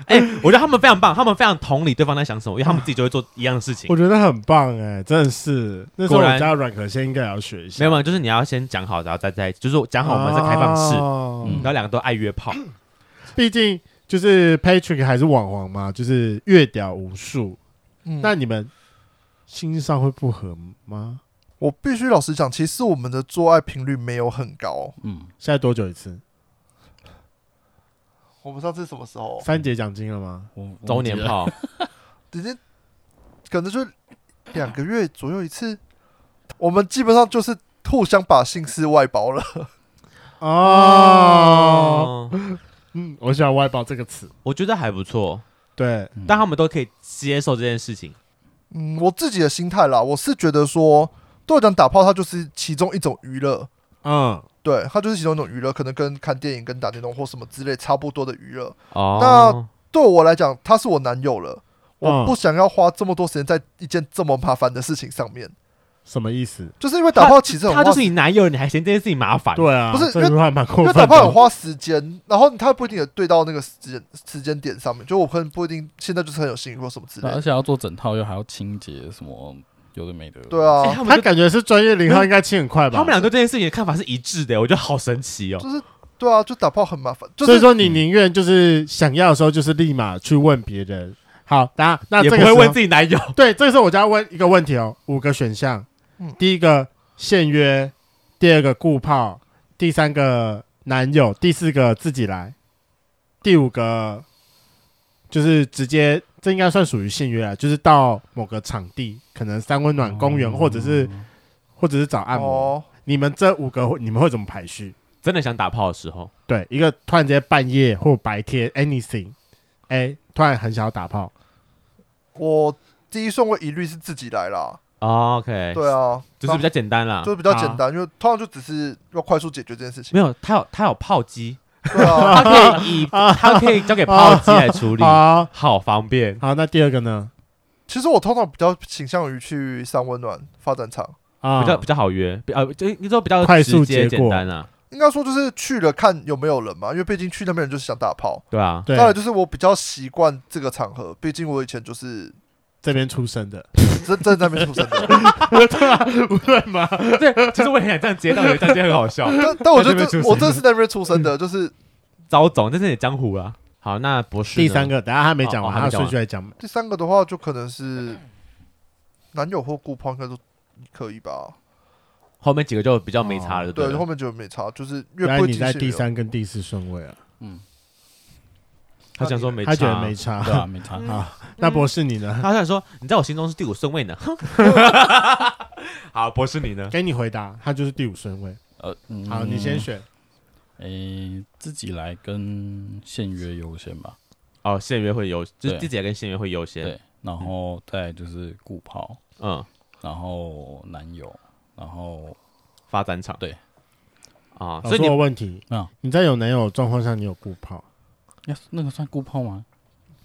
Speaker 2: 哎、我觉得他们非常棒，他们非常同理对方在想什么，因为他们自己就会做一样的事情
Speaker 1: 我。觉得很棒哎、真的是。那时候
Speaker 2: 果
Speaker 1: 我
Speaker 2: 然
Speaker 1: 家软壳蟹应该也要学一下。
Speaker 2: 没有没有，就是你要先讲好，然后再在一起，就是讲好我们是开放式，
Speaker 1: 哦
Speaker 5: 嗯
Speaker 2: 然后两个都爱约炮，
Speaker 1: 毕竟就是 Patrick 还是网红嘛，就是月屌无数。
Speaker 4: 嗯，
Speaker 1: 那你们心上会不合吗？
Speaker 4: 我必须老实讲，其实我们的做爱频率没有很高。
Speaker 5: 嗯，
Speaker 1: 现在多久一次？
Speaker 4: 我们上次什么时
Speaker 2: 哦
Speaker 4: 候？
Speaker 1: 三节奖金了吗？
Speaker 5: 我我
Speaker 2: 周年
Speaker 5: 记得
Speaker 2: 炮，
Speaker 4: 直接可能就两个月左右一次。我们基本上就是互相把心思外包了。 [LAUGHS]
Speaker 1: 哦，
Speaker 2: 哦，
Speaker 1: 嗯，我喜欢外包这个词。
Speaker 2: 我觉得还不错，
Speaker 1: 对，
Speaker 5: 嗯
Speaker 2: 但他们都可以接受这件事情。
Speaker 4: 嗯，我自己的心态啦，我是觉得说，对我讲，打炮它就是其中一种娱乐，
Speaker 1: 嗯，
Speaker 4: 对，它就是其中一种娱乐，可能跟看电影、跟打电动或什么之类差不多的娱乐。
Speaker 2: 哦，
Speaker 4: 对我来讲，他是我男友了，我
Speaker 1: 嗯
Speaker 4: 不想要花这么多时间在一件这么麻烦的事情上面，
Speaker 1: 什么意思？
Speaker 4: 就是因为打炮其实很
Speaker 2: 他
Speaker 4: 花啊
Speaker 2: 就是你男友，你还嫌这件事情麻烦？，
Speaker 1: 对啊，
Speaker 4: 不是
Speaker 1: 这句话蛮
Speaker 2: [LAUGHS]
Speaker 1: 过
Speaker 4: 因为
Speaker 1: 分
Speaker 4: 打炮很
Speaker 1: 的。
Speaker 4: 花时间，然后他不一定也对到那个时间时间点上面，就我可能不一定现在就是很有兴趣或什么之类
Speaker 5: 啊而
Speaker 2: 啊
Speaker 4: 的。
Speaker 5: 且要做整套，又还要清洁什么，有的没的。
Speaker 4: 对
Speaker 2: 哎，
Speaker 4: 啊，
Speaker 2: 他们
Speaker 1: 他
Speaker 2: 就
Speaker 1: 感觉是专业零号，应该清很快吧？
Speaker 2: 他们俩对这件事情的看法是一致的，我觉得好神奇哦。
Speaker 4: 就是对啊，就打炮很麻烦，就
Speaker 1: 所以
Speaker 4: 是
Speaker 1: 说你宁愿就是想要的时候，就是立马去问别人。好，那那
Speaker 2: 也
Speaker 1: 这
Speaker 2: 不
Speaker 1: 个
Speaker 2: 会
Speaker 1: 时候
Speaker 2: 问自己男友，
Speaker 1: 对，这个时候我就要问一个问题哦，五个选项，
Speaker 4: 嗯
Speaker 1: 第一个现约，第二个顾炮，第三个男友，第四个自己来，第五个就是直接，这应该算属于现约啊，就是到某个场地，可能三温暖公园，或者是或者是找按摩。
Speaker 4: 哦，
Speaker 1: 你们这五个会你们会怎么排序？
Speaker 2: 真的想打炮的时候，
Speaker 1: 对，一个突然间半夜或白天，anything，哎，突然很想要打炮，
Speaker 4: 我第一顺位一律是自己来啦。
Speaker 2: 哦 OK，
Speaker 4: 对啊，
Speaker 2: 就是比较简单啊啦
Speaker 4: 就。是比较简单，因为通常就只是要快速解决这件事情。
Speaker 2: 没有，他有他有炮机，[LAUGHS]
Speaker 4: 对
Speaker 2: 哦
Speaker 4: 啊，
Speaker 2: 他可以以他可以交给炮机来
Speaker 1: [LAUGHS]
Speaker 2: 处理，
Speaker 1: 好
Speaker 2: 好方便。
Speaker 1: 好，那第二个呢？
Speaker 4: 其实我通常比较倾向于去上温暖发展场，
Speaker 1: 啊，
Speaker 2: 比较比较好约，比呃，就你说比较
Speaker 1: 快速
Speaker 2: 直接
Speaker 1: 结果
Speaker 2: 简单啊，
Speaker 4: 应该说就是去了看有没有人嘛，因为毕竟去那边人就是想打炮。
Speaker 2: 对
Speaker 1: [LAUGHS]
Speaker 2: 啊，
Speaker 1: 对
Speaker 4: 再来就是我比较习惯这个场合，毕竟我以前就是
Speaker 1: 这边出生的，
Speaker 4: 真真在那边出生的。。
Speaker 2: 对，其实我也想这样接，但我觉得这样接很好笑
Speaker 4: 但但我觉
Speaker 2: 在那边出
Speaker 4: 得这
Speaker 2: 生
Speaker 4: 我真的是在那边出生的，就是
Speaker 2: 招总，这是你的江湖啊。好，那博士呢
Speaker 1: 第三，个，等一下他没讲
Speaker 2: 哦
Speaker 1: 完，
Speaker 2: 哦还
Speaker 1: 他
Speaker 2: 没讲
Speaker 1: 顺
Speaker 2: 完
Speaker 1: 序来讲。
Speaker 4: 第三个的话就可能是男友或顾胖应该都可以吧。
Speaker 2: 后面几个就比较没差了，
Speaker 4: 哦对，
Speaker 2: 不
Speaker 4: 后面就没差，就是越
Speaker 1: 原来
Speaker 4: 不会
Speaker 1: 你
Speaker 4: 进
Speaker 1: 在
Speaker 4: 行
Speaker 1: 第
Speaker 4: 了
Speaker 1: 三跟第四顺位啊，
Speaker 5: 嗯，
Speaker 2: 他想说没差，
Speaker 1: 他觉得没差。
Speaker 5: 对啊，没差。
Speaker 1: 好， [LAUGHS] 那博士你呢？
Speaker 2: 他想说你在我心中是第五顺
Speaker 1: [LAUGHS]
Speaker 2: 位呢。 [LAUGHS] 哼好，博士你呢？
Speaker 1: 给你回答，他就是第五顺位。
Speaker 5: 呃，嗯
Speaker 1: 好，你先。选。
Speaker 5: 诶，自己来跟现约优先吧。
Speaker 2: 哦，现约会优，就是
Speaker 5: 对
Speaker 2: 自己跟现约会优先。
Speaker 5: 对，然后再来就是顾抛，
Speaker 2: 嗯，
Speaker 5: 然后男友，然后
Speaker 2: 发展场。
Speaker 5: 对
Speaker 2: 啊，
Speaker 1: 老
Speaker 2: 所以
Speaker 1: 师
Speaker 2: 你
Speaker 1: 我问题
Speaker 5: 啊，
Speaker 1: 你在有男友的状况下，你有顾泡？
Speaker 5: 呀，那个算顾抛吗？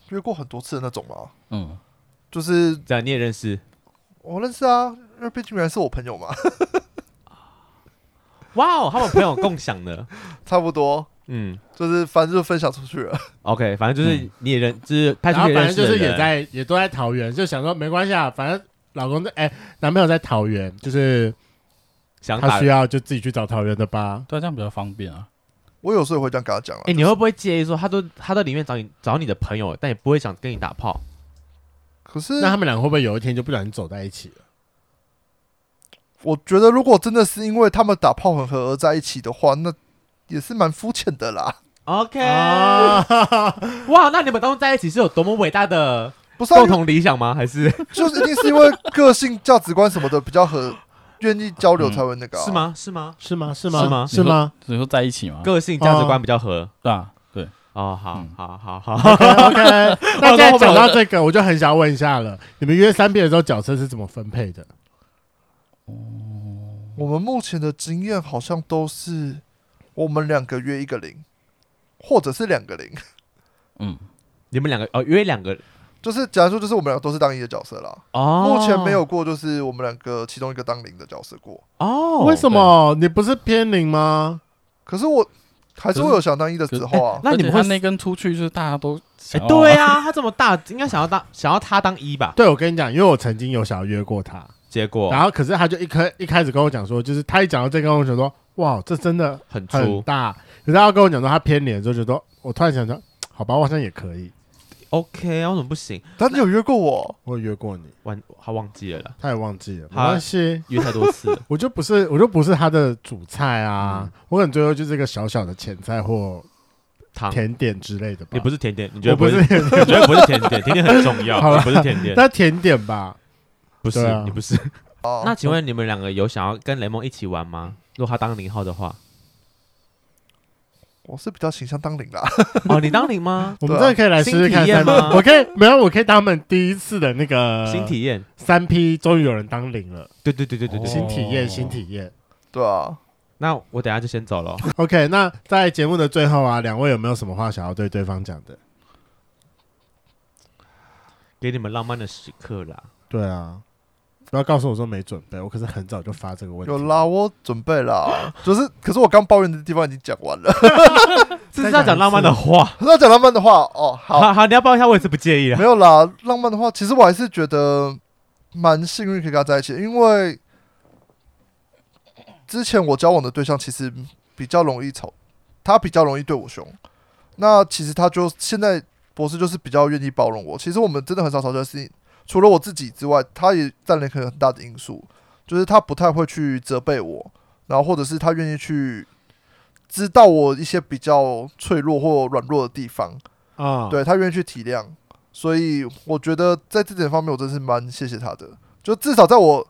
Speaker 4: 约过很多次的那种嘛，
Speaker 5: 嗯，
Speaker 4: 就是
Speaker 2: 这样你也认识
Speaker 4: 我认识啊，因为毕竟原来是我朋友嘛， [LAUGHS]
Speaker 2: 哇哦，他们朋友共享的，
Speaker 4: 差不多。
Speaker 2: 嗯
Speaker 4: 就是反正就分享出去了。
Speaker 2: ，OK，反正就是你也认，就是派
Speaker 1: 然
Speaker 2: 出
Speaker 1: 后
Speaker 2: 去
Speaker 1: 啊反
Speaker 2: 认
Speaker 1: 正
Speaker 2: 识
Speaker 1: 就
Speaker 2: 的
Speaker 1: 是也
Speaker 2: 人
Speaker 1: 在也都在桃园，就想说没关系啊，反正老公在哎男朋友在桃园，就是
Speaker 2: 想打
Speaker 1: 他需要就自己去找桃园的吧。
Speaker 5: 对啊，这样比较方便啊。
Speaker 4: 我有时候也会这样跟他讲啊了
Speaker 2: 哎、，你会不会介意说他都他在里面找你找你的朋友，但也不会想跟你打炮？
Speaker 4: 可是
Speaker 1: 那他们俩会不会有一天就不小心走在一起了？
Speaker 4: 我觉得如果真的是因为他们打炮很合而在一起的话，那也是蛮肤浅的啦。
Speaker 2: OK，、
Speaker 1: 啊，
Speaker 2: 哇，那你们当中在一起是有多么伟大的
Speaker 4: 不是、啊
Speaker 2: 共，同理想吗？还是
Speaker 4: [LAUGHS] 就是一定是因为个性、价值观什么的比较合，愿意交流才会那个、啊
Speaker 2: 嗯是？吗？是吗？
Speaker 1: 是吗？是吗？
Speaker 2: 是吗
Speaker 1: 是吗？
Speaker 5: 所以说在一起嘛，
Speaker 2: 个性价值观比较合
Speaker 5: 对啊，对，
Speaker 2: 哦，好、
Speaker 5: 嗯
Speaker 2: 好
Speaker 1: [LAUGHS]
Speaker 2: 好好， [LAUGHS]
Speaker 1: OK，那现在讲到这个，我就很想问一下了，你们约三遍的时候角色是怎么分配的？
Speaker 4: 我们目前的经验好像都是我们两个约一个零，或者是两个零，
Speaker 5: 嗯，
Speaker 2: 你们两个哦约两个
Speaker 4: 就是假如说就是我们两个都是当一的角色啦。
Speaker 2: 哦，
Speaker 4: 目前没有过就是我们两个其中一个当零的角色过。
Speaker 2: 哦，
Speaker 1: 为什么你不是偏零吗？
Speaker 4: 可是我还是会有想当一的时候啊。
Speaker 2: 那你们
Speaker 5: 而且
Speaker 2: 会
Speaker 5: 他那哦根出去，就是大家都
Speaker 2: 哎、
Speaker 5: 想要
Speaker 2: 对啊，他这么大，应该想要当想要他当一吧？
Speaker 1: 对，我跟你讲，因为我曾经有想要约过他，
Speaker 2: 结果
Speaker 1: 然后可是他就一开一开始跟我讲说，就是他一讲到这个，我想说，哇，这真的
Speaker 2: 很
Speaker 1: 很
Speaker 2: 粗
Speaker 1: 大。可是他跟我讲说他偏零的时候，就说我突然想说，好吧，我好像也可以，
Speaker 2: ，OK，啊为什么不行？
Speaker 4: 但你有约过我？
Speaker 1: 我有约过你，
Speaker 2: 忘他忘记了啦，
Speaker 1: 他也忘记了，没
Speaker 2: 好
Speaker 1: 关系。
Speaker 2: 约太多次了
Speaker 1: 我就不是，我就不是他的主菜啊，
Speaker 2: 嗯
Speaker 1: 我可能最后就是一个小小的前菜或
Speaker 2: 糖。
Speaker 1: 甜点之类的吧。
Speaker 2: 啊你不
Speaker 1: 是，
Speaker 2: 是甜点，你觉得
Speaker 1: 我不
Speaker 2: 不是？
Speaker 1: 是
Speaker 2: 你觉得不是甜点？甜点很重要，
Speaker 1: 好啦
Speaker 2: 你不是甜点，
Speaker 1: 那甜点吧？
Speaker 2: 不是
Speaker 1: 对啊
Speaker 2: 你不是。
Speaker 4: 哦，
Speaker 2: 那请问你们两个有想要跟雷蒙一起玩吗？如果他当零号的话，
Speaker 4: 我是比较倾向当零啦。 [LAUGHS]
Speaker 2: 哦，你当零吗？
Speaker 1: 我们真的可以来试试看
Speaker 2: 新体验
Speaker 1: 三
Speaker 2: 吗
Speaker 1: 我可以没有，我可以当他们第一次的那个
Speaker 2: 新体验，
Speaker 1: 三 P，终于有人当零了，
Speaker 2: 对对对对对对。
Speaker 1: 新体
Speaker 5: 哦
Speaker 1: 验，新体验。
Speaker 4: 对啊，
Speaker 2: 那我等一下就先走了。
Speaker 1: OK，那在节目的最后啊，两位有没有什么话想要对对方讲的？
Speaker 2: 给你们浪漫的时刻啦。
Speaker 1: 对啊，不要告诉我说没准备，我可是很早就发这个问题。
Speaker 4: 有啦，我准备啦，就是可是我刚抱怨的地方已经讲完了。 [LAUGHS]
Speaker 2: 这是要讲浪漫的话，
Speaker 4: 那讲浪漫的话，哦，好，
Speaker 2: 好好，你要抱一下，我也是不介意啊啦。
Speaker 4: 没有啦，浪漫的话，其实我还是觉得蛮幸运可以跟他在一起，因为之前我交往的对象其实比较容易吵，他比较容易对我凶。那其实他就现在博士就是比较愿意包容我。其实我们真的很少吵架的事情，除了我自己之外，他也占了一个很大的因素，就是他不太会去责备我，然后或者是他愿意去知道我一些比较脆弱或软弱的地方。
Speaker 1: 啊，
Speaker 4: 对他愿意去体谅，所以我觉得在这点方面，我真是蛮谢谢他的。就至少在我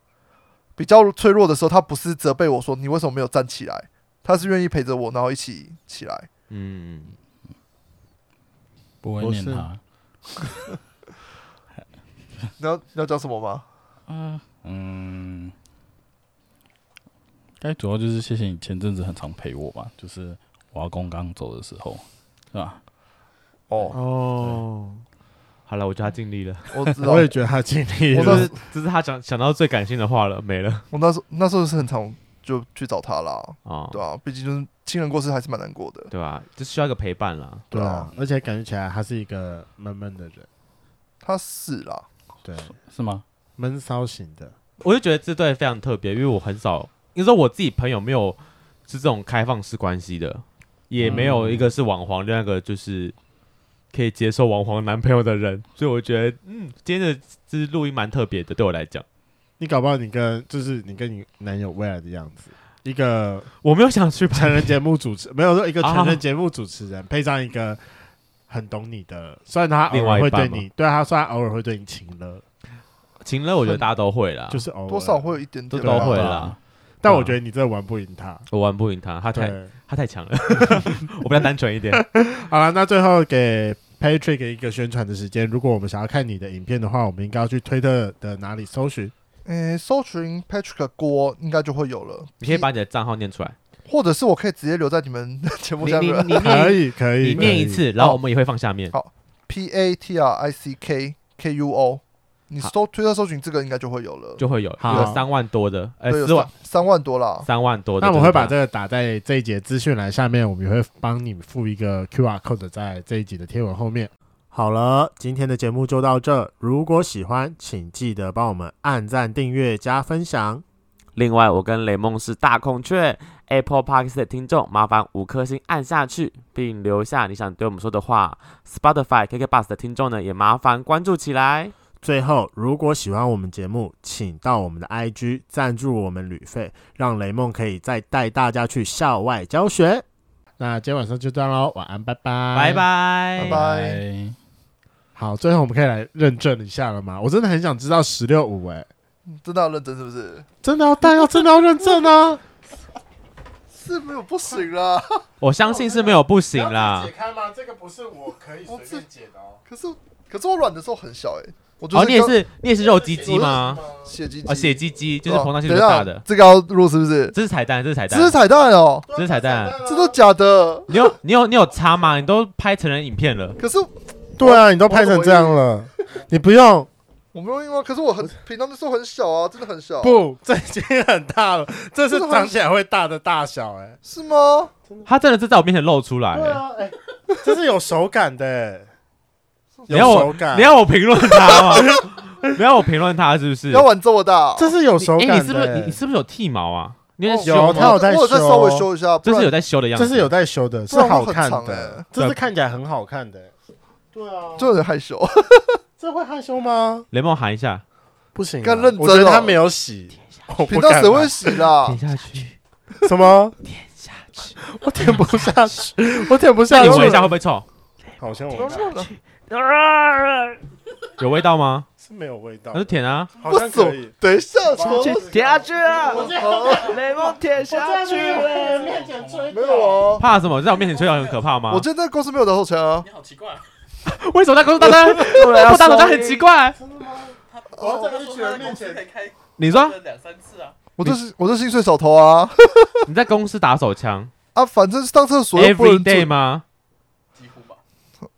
Speaker 4: 比较脆弱的时候，他不是责备我说你为什么没有站起来，他是愿意陪着我，然后一起起来。
Speaker 2: 嗯，
Speaker 5: 不会
Speaker 1: 我
Speaker 5: 念
Speaker 1: 是
Speaker 5: 他。
Speaker 4: 你要你要讲什么吗？
Speaker 5: 嗯，该主要就是谢谢你前阵子很常陪我吧，就是我阿公刚走的时候，是吧？
Speaker 4: 哦，
Speaker 1: 哦，
Speaker 2: 好了，我觉得他尽力了，
Speaker 4: 我知道，
Speaker 1: 我也觉得他尽力
Speaker 4: 我
Speaker 2: 这
Speaker 4: 倒
Speaker 1: 了
Speaker 4: 是。
Speaker 2: 是这是他讲想到最感性的话了，没了
Speaker 4: 我那时候那时候是很常就去找他啦，
Speaker 2: 哦，
Speaker 4: 对啊，毕竟就是亲人过世还是蛮难过的。
Speaker 2: 对吧？就需要一个陪伴啦。
Speaker 1: 对啊
Speaker 4: 对，
Speaker 1: 而且感觉起来他是一个闷闷的人，
Speaker 4: 他是啦，
Speaker 1: 对，
Speaker 5: 是吗？
Speaker 1: 闷骚型的。
Speaker 2: 我就觉得这对非常特别，因为我很少，你说我自己朋友没有是这种开放式关系的，也没有一个是网黄，另外一个就是可以接受网黄男朋友的人，所以我觉得，嗯，今天的这录音蛮特别的，对我来讲，
Speaker 1: 你搞不好你跟就是你跟你男友未来的样子，一个
Speaker 2: 我没有想去拍
Speaker 1: 成人节目主持，没有说一个成
Speaker 2: 啊
Speaker 1: 人节目主持人配上一个很懂你的，虽然他
Speaker 2: 另
Speaker 1: 偶
Speaker 2: 外
Speaker 1: 尔
Speaker 2: 一
Speaker 1: 会
Speaker 2: 半
Speaker 1: 对你，对他虽然偶尔会对你情了，
Speaker 2: 情了，我觉得大家都会啦，
Speaker 1: [LAUGHS] 就是啊偶尔
Speaker 4: 多少会有一点
Speaker 2: 都
Speaker 4: 点
Speaker 2: 都
Speaker 4: 吧
Speaker 2: 会
Speaker 5: 啦
Speaker 2: 啦。
Speaker 1: 但
Speaker 2: 嗯
Speaker 1: 我觉得你真的玩不赢他。
Speaker 2: 我玩不赢他，他太
Speaker 1: 对，
Speaker 2: 他太强了，我比较单纯一点。
Speaker 1: 好了，那最后给 Patrick 一个宣传的时间。如果我们想要看你的影片的话，我们应该要去推特的哪里搜寻？
Speaker 4: 诶、搜寻 Patrick 锅应该就会有了。
Speaker 2: 你可以把你的账号念
Speaker 1: [LAUGHS]
Speaker 2: 出来，
Speaker 4: 或者是我可以直接留在你们 [LAUGHS] 节目
Speaker 2: 你
Speaker 4: 下
Speaker 2: 你
Speaker 4: 面。
Speaker 2: 你
Speaker 1: 可
Speaker 2: 念
Speaker 1: 以，可以，
Speaker 2: 你念一
Speaker 1: 可以。
Speaker 2: 次，然后我们也会放下面。
Speaker 4: P A T R I C K K U O，你
Speaker 2: 好
Speaker 4: 搜推特搜寻这个应该就会有了，
Speaker 2: 就会有
Speaker 1: 好
Speaker 2: 有三万多的，呃，
Speaker 4: 对有
Speaker 2: 四万
Speaker 4: 三三万多啦。
Speaker 2: 三万多的。
Speaker 1: 那我会把
Speaker 2: 这
Speaker 1: 这个打在这一节资讯栏下面，我们也会帮你附一个 QR code 在这一集的贴文后面。好了，今天的节目就到这。如果喜欢，请记得帮我们按赞、订阅、加分享。
Speaker 2: 另外，我跟雷梦是大孔雀 Apple Park 的听众，麻烦五颗星按下去，并留下你想对我们说的话。Spotify KK Bus 的听众呢，也麻烦关注起来。
Speaker 1: 最后，如果喜欢我们节目，请到我们的 IG 赞助我们旅费，让雷梦可以再带大家去校外教学。那今天晚上就这样喽，晚安，拜拜，
Speaker 2: 拜。拜，
Speaker 4: 拜拜
Speaker 1: 好，最后我们可以来认证一下了吗？我真的很想知道十六五，哎，
Speaker 4: 嗯真的要认真是不是？
Speaker 1: 真的要大家真的要认证啊！
Speaker 4: 是没有不行啦， [LAUGHS]
Speaker 2: 我相信是没有不行啦
Speaker 1: 解。开吗？这个不是我可以随便解的哦。
Speaker 4: 可是可是我软的时候很小哎、我就
Speaker 2: 哦，
Speaker 4: 是
Speaker 2: 你也
Speaker 4: 刚
Speaker 2: 是你也是肉鸡鸡吗？
Speaker 4: 血鸡
Speaker 2: 哦，
Speaker 4: 鸡
Speaker 2: 血鸡鸡就是
Speaker 4: 哦
Speaker 2: 膨胀性
Speaker 4: 等
Speaker 2: 比
Speaker 4: 一
Speaker 2: 较
Speaker 4: 下
Speaker 2: 大的。
Speaker 4: 这个要录是不是？
Speaker 2: 这是彩蛋，这是彩
Speaker 4: 这
Speaker 2: 蛋，
Speaker 4: 是彩蛋哦，
Speaker 1: 啊
Speaker 2: 这是彩蛋。
Speaker 4: 这都假的。
Speaker 2: 你有你有你有擦吗？你都拍成人影片了，
Speaker 4: 可是
Speaker 1: 对啊，你都拍成这样了，你不用
Speaker 4: 我没有用啊，可是我很平常的时候很小啊，真的很小。，
Speaker 1: 不， [LAUGHS] 这已经很大了，这是长起来会大的大小哎、
Speaker 4: 是吗？
Speaker 2: 他真的是在我面前露出来、
Speaker 1: 对
Speaker 2: 欸。
Speaker 1: 啊，哎、这是有手感的、哎
Speaker 2: 你
Speaker 1: 有
Speaker 2: 要
Speaker 1: 手
Speaker 2: 我
Speaker 1: 感，
Speaker 2: 你要我评论他吗？你要我评论他是不是？
Speaker 4: 要玩这么大哦、
Speaker 1: 这是有手
Speaker 2: 哎、
Speaker 1: 感的、
Speaker 2: 你是不是你你
Speaker 1: 哎
Speaker 2: 是不是有剃毛啊？你在
Speaker 4: 哦
Speaker 2: 修
Speaker 1: 有
Speaker 2: 吗
Speaker 1: 他有
Speaker 4: 我
Speaker 1: 在
Speaker 4: 我有再
Speaker 1: 修
Speaker 4: 稍微修一下，不
Speaker 2: 这
Speaker 4: 然
Speaker 2: 是有在修的样子，
Speaker 1: 这是有在修的，
Speaker 4: 不
Speaker 1: 是
Speaker 4: 然我
Speaker 1: 好
Speaker 4: 很
Speaker 1: 看
Speaker 4: 长
Speaker 1: 的
Speaker 4: 哎，
Speaker 1: 这是看起来很好看的、对啊，
Speaker 4: 就很害
Speaker 2: [LAUGHS]
Speaker 4: 羞。
Speaker 1: 这会害羞吗？
Speaker 2: 雷梦喊一下，
Speaker 1: 不行啊，
Speaker 4: 干认真
Speaker 1: 我觉得
Speaker 4: 哦
Speaker 1: 他没有洗，我
Speaker 4: 频
Speaker 2: 啊
Speaker 1: 不
Speaker 4: 道
Speaker 1: 敢
Speaker 4: 谁
Speaker 1: 拿
Speaker 4: 会洗
Speaker 2: [LAUGHS]
Speaker 4: 啦？
Speaker 2: 点下去。
Speaker 1: 什么？舔下去，我舔不下去，我舔不
Speaker 2: 那
Speaker 1: 下
Speaker 2: 你
Speaker 1: 去。是没有味道
Speaker 2: 那，就舔啊，
Speaker 1: 好像可以。
Speaker 4: 等一下，什么？
Speaker 3: 舔下去啊！雷蒙舔下去了。
Speaker 1: 面前吹
Speaker 4: 没有啊，
Speaker 2: 怕什么？在我面前吹摇很可怕吗
Speaker 4: 我？今天在公司没有打手枪啊。
Speaker 5: 你好奇怪、啊，
Speaker 2: 为什么在告诉大家不打手枪很奇怪？
Speaker 1: 我在一群人哦面前，
Speaker 5: 开
Speaker 2: 你说
Speaker 5: 两三次啊，
Speaker 4: 我这是我这薪水小偷啊
Speaker 2: 你在公司打手枪
Speaker 4: 啊！反正上厕所又不
Speaker 2: ，every
Speaker 4: 能
Speaker 2: day
Speaker 4: 准，
Speaker 2: 吗？